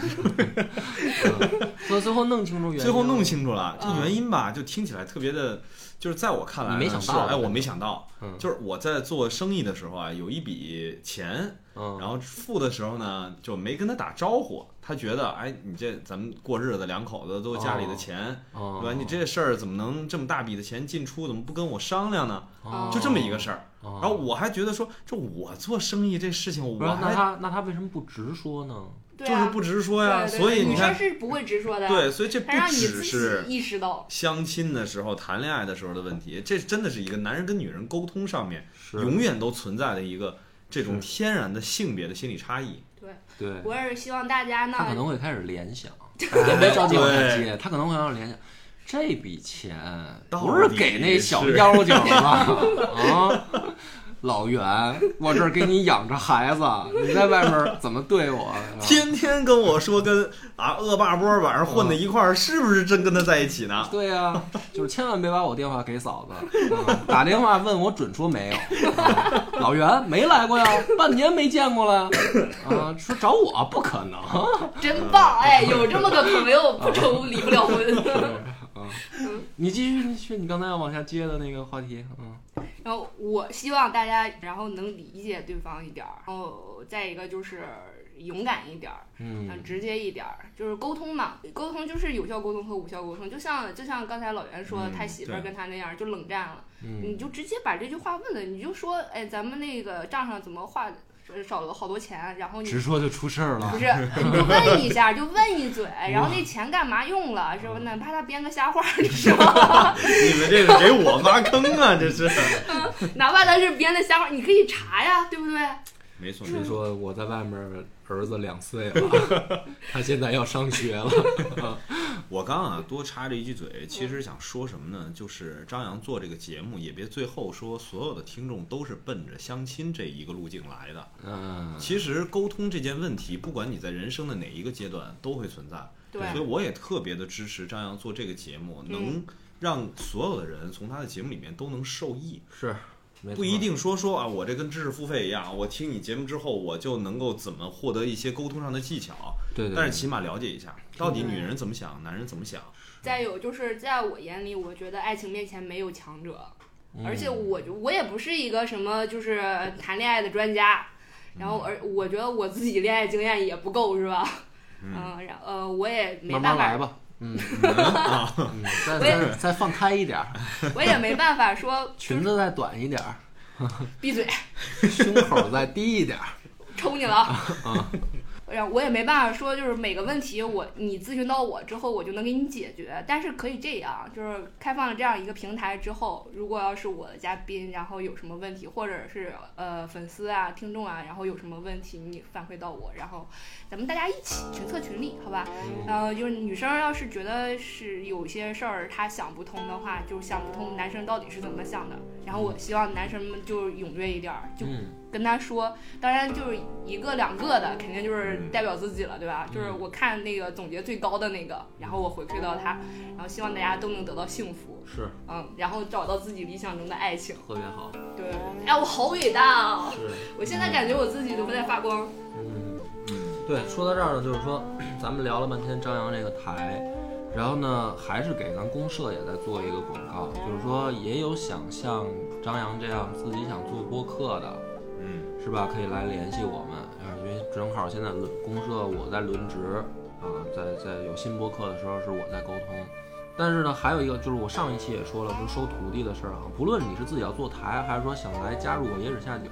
Speaker 1: 嗯所以最后弄清楚原因，嗯
Speaker 2: 最后弄，清楚了，这
Speaker 3: 啊
Speaker 2: 原因吧，就听起来特别的，就是在我看来呢，
Speaker 1: 你没想
Speaker 2: 是
Speaker 1: 到
Speaker 2: 哎，我没想到，
Speaker 1: 嗯
Speaker 2: 就是我在做生意的时候啊，有一笔钱，
Speaker 1: 嗯，
Speaker 2: 然后付的时候呢，就没跟他打招呼，他觉得，哎，你这咱们过日子，两口子都家里的钱，对吧？
Speaker 1: 哦，
Speaker 2: 你这事儿怎么能这么大笔的钱进出，怎么不跟我商量呢？
Speaker 1: 哦
Speaker 2: 就这么一个事儿，
Speaker 1: 哦
Speaker 2: 然后我还觉得说，这我做生意这事情，
Speaker 1: 不是
Speaker 2: 我
Speaker 1: 那
Speaker 2: 还
Speaker 1: 他那他为什么不直说呢？
Speaker 3: 对
Speaker 2: 就是
Speaker 3: 啊，
Speaker 2: 不直说呀，
Speaker 3: 对对
Speaker 2: 所以
Speaker 3: 对
Speaker 2: 你
Speaker 3: 女生
Speaker 2: 看，
Speaker 3: 是不会直说的，，
Speaker 2: 对，所以这不
Speaker 3: 还让你
Speaker 2: 只
Speaker 3: 自
Speaker 2: 是
Speaker 3: 己意识到。
Speaker 2: 相亲的时候、谈恋爱的时候的问题，这真的是一个男人跟女人沟通上面
Speaker 1: 是，
Speaker 2: 永远都存在的一个这种天然的性别的心理差异。
Speaker 1: 对，
Speaker 3: 我也是希望大家呢
Speaker 1: 他，可能会开始联想，咱别着急往下接，他可能会开始联想。这笔钱不是给那小妖 精了啊，老袁，我这儿给你养着孩子，你在外面怎么对 我？是吧
Speaker 2: 天天跟我说跟啊恶霸波晚上混在一块儿，是不是真跟他在一起 呢？
Speaker 1: 对呀、就是千万别把我电话给嫂子，啊打电话问我准说没有。啊老袁没来过呀，半年没见过了呀，啊，说找我不可能。
Speaker 3: 真棒！
Speaker 2: 嗯
Speaker 3: 哎，有这么个朋友，不愁离不了婚。
Speaker 1: 嗯
Speaker 3: 嗯
Speaker 1: 你继续，你去，你刚才要往下接的那个话题，嗯，
Speaker 3: 然后我希望大家，然后能理解对方一点儿，然后再一个就是勇敢一点儿，嗯，
Speaker 1: 嗯
Speaker 3: 直接一点儿，就是沟通嘛，沟通就是有效沟通和无效沟通。就像就像刚才老袁说，
Speaker 2: 嗯
Speaker 3: 他媳妇儿
Speaker 2: 对
Speaker 3: 跟他那样就冷战了，
Speaker 1: 嗯
Speaker 3: 你就直接把这句话问了，你就说，哎，咱们那个账上怎么花呃少了好多钱？然后你
Speaker 1: 直说就出事儿了
Speaker 3: 不。是，你就问一下，就问一嘴，然后那钱干嘛用了？是吧？哪怕他编个瞎话，你知道吗？
Speaker 2: 你们这是给我挖坑啊！这是
Speaker 3: 哪怕他是编的瞎话，你可以查呀，对不对？
Speaker 2: 没错
Speaker 1: 你说我在外面儿子两岁了， 他现在要上学了。
Speaker 2: 我刚啊多插这一句嘴，其实想说什么呢？就是张扬做这个节目，也别最后说所有的听众都是奔着相亲这一个路径来的。
Speaker 1: 嗯，
Speaker 2: 其实沟通这件问题，不管你在人生的哪一个阶段，都会存在。
Speaker 3: 对
Speaker 2: 所以我也特别的支持张扬做这个节目，
Speaker 1: 嗯
Speaker 2: 能让所有的人从他的节目里面都能受益。
Speaker 1: 是，没错
Speaker 2: 不一。定说说啊，我这跟知识付费一样，我听你节目之后，我就能够怎么获得一些沟通上的技巧，
Speaker 1: 对对，
Speaker 2: 但是
Speaker 1: 对
Speaker 2: 起码了解一下，到底
Speaker 3: 对
Speaker 2: 女人怎么想，男人怎么想。
Speaker 3: 再有就是，在我眼里，我觉得爱情面前没有强者，
Speaker 1: 嗯
Speaker 3: 而且我就我也不是一个什么就是谈恋爱的专家，然后而我觉得我自己恋爱经验也不够，是吧？嗯，然呃，我也没
Speaker 1: 慢
Speaker 3: 办
Speaker 1: 慢
Speaker 3: 法
Speaker 1: 来吧。 嗯，嗯再
Speaker 3: 我也
Speaker 1: 再再放开一点儿，
Speaker 3: 我也没办法说
Speaker 1: 裙子再短一点儿，
Speaker 3: 闭嘴。
Speaker 1: 胸口再低一点儿。
Speaker 3: 抽你了。啊！然后我也没办法说，就是每个问题我你咨询到我之后，我就能给你解决。但是可以这样，就是开放了这样一个平台之后，如果要是我的嘉宾，然后有什么问题，或者是呃粉丝啊、听众啊，然后有什么问题你反馈到我，然后咱们大家一起群策群力，好吧？
Speaker 1: 嗯
Speaker 3: 然后就是女生要是觉得是有些事儿她想不通的话，就是想不通男生到底是怎么想的。然后我希望男生们就是踊跃一点儿，就
Speaker 1: 嗯，
Speaker 3: 跟他说，当然就是一个两个的，肯定就是
Speaker 2: 嗯
Speaker 3: 代表自己了，对吧？就是我看那个总结最高的那个，然后我回馈到他，然后希望大家都能得到幸福，
Speaker 1: 是
Speaker 3: 嗯，然后找到自己理想中的爱情。
Speaker 1: 特别好。
Speaker 3: 对，哎，我好伟大啊！
Speaker 1: 是，
Speaker 3: 我现在感觉我自己都在发光。
Speaker 1: 嗯，
Speaker 2: 嗯，
Speaker 1: 对，说到这儿呢，就是说咱们聊了半天张扬这个台，然后呢，还是给咱公社也在做一个广告，就是说也有想像张扬这样自己想做播客的，
Speaker 2: 嗯
Speaker 1: 是吧？可以来联系我们，啊，因为正好现在轮公社我在轮值啊，在在有新播客的时候是我在沟通。但是呢，还有一个就是我上一期也说了，就是收徒弟的事儿啊，不论你是自己要做台，还是说想来加入我野史下酒，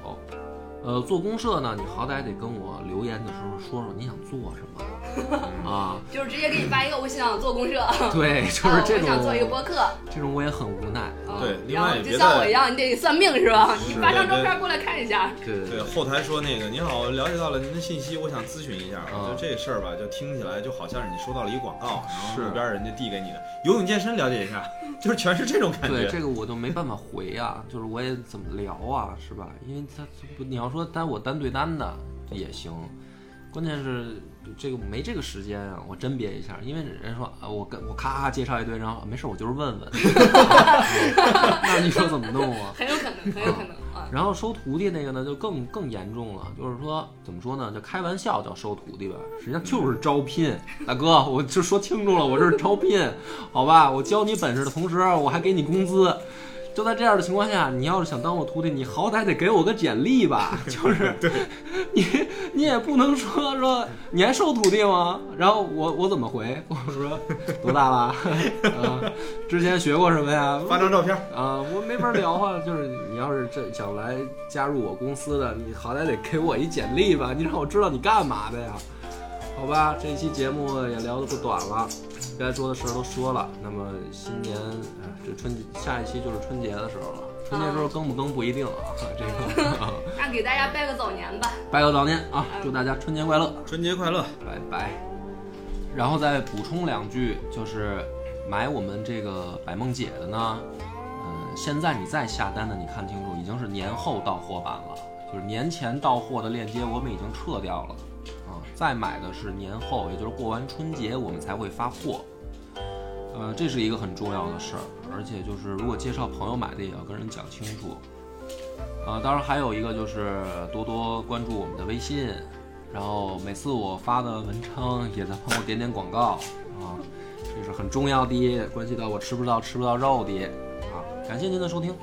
Speaker 1: 呃，做公社呢，你好歹得跟我留言的时候说说你想做什么 啊。
Speaker 3: 就是直接给你发一个，我想做公社，
Speaker 1: 对，就是这
Speaker 3: 啊我
Speaker 1: 种，
Speaker 3: 想做一个播客，
Speaker 1: 这种我也很无奈。
Speaker 3: 啊
Speaker 2: 对另
Speaker 3: 然
Speaker 2: 外
Speaker 3: 后
Speaker 2: 也
Speaker 3: 就
Speaker 2: 别
Speaker 3: 像
Speaker 2: 再
Speaker 3: 我一样，你得算命是吧？你
Speaker 2: 是
Speaker 3: 发张
Speaker 2: 对对
Speaker 3: 照片过来看一下，
Speaker 1: 对对
Speaker 2: 对，后台说那个，您好，了解到了您的信息，我想咨询一下。
Speaker 1: 嗯
Speaker 2: 就这事儿吧，就听起来就好像是你收到了一广告，然后
Speaker 1: 是
Speaker 2: 路边人家递给你的游泳健身，了解一下， 就是全是这种感
Speaker 1: 对
Speaker 2: 觉。
Speaker 1: 这个我就没办法回啊，就是我也怎么聊啊，是吧？因为他不你要说单我单对单的也行，关键是这个没这个时间啊，我甄别一下，因为人家说啊，我跟我咔咔介绍一堆，然后啊没事我就是问 问，那你说怎么弄啊？
Speaker 3: 很有可能，很有可能啊。
Speaker 1: 然后收徒弟那个呢，就更更严重了，就是说怎么说呢，就开玩笑叫收徒弟吧，实际上就是招聘。 大哥，我就说清楚了，我这是招聘，好吧？我教你本事的同时，我还给你工资。就在这样的情况下，你要是想当我徒弟，你好歹得给我个简历吧， 就是，你你也不能说说你还收徒弟吗？然后我我怎么回？我说多大了？ 啊，之前学过什么呀？
Speaker 2: 发张照片，
Speaker 1: 啊，我没法聊啊。就是你要是这想来加入我公司的，你好歹得给我一简历吧，你让我知道你干嘛的呀？好吧，这一期节目也聊得不短了，该说的事儿都说了。那么新年，哎这春节下一期就是春节的时候了。春节时候更不更不一定啊，这个
Speaker 3: 那给大家拜个早年吧，
Speaker 1: 拜个早年啊，祝大家春节快乐。
Speaker 2: 春节快乐。
Speaker 1: 拜拜。然后再补充两句，就是买我们这个百梦姐的呢，嗯，现在你再下单的，你看清楚，已经是年后到货版了，就是年前到货的链接我们已经撤掉了，啊，再买的是年后，也就是过完春节我们才会发货。呃，这是一个很重要的事儿，而且就是如果介绍朋友买的，也要跟人讲清楚。啊，当然还有一个就是多多关注我们的微信，然后每次我发的文章也在帮我点点广告啊，这是很重要的，关系到我吃不到吃不到肉的啊。感谢您的收听，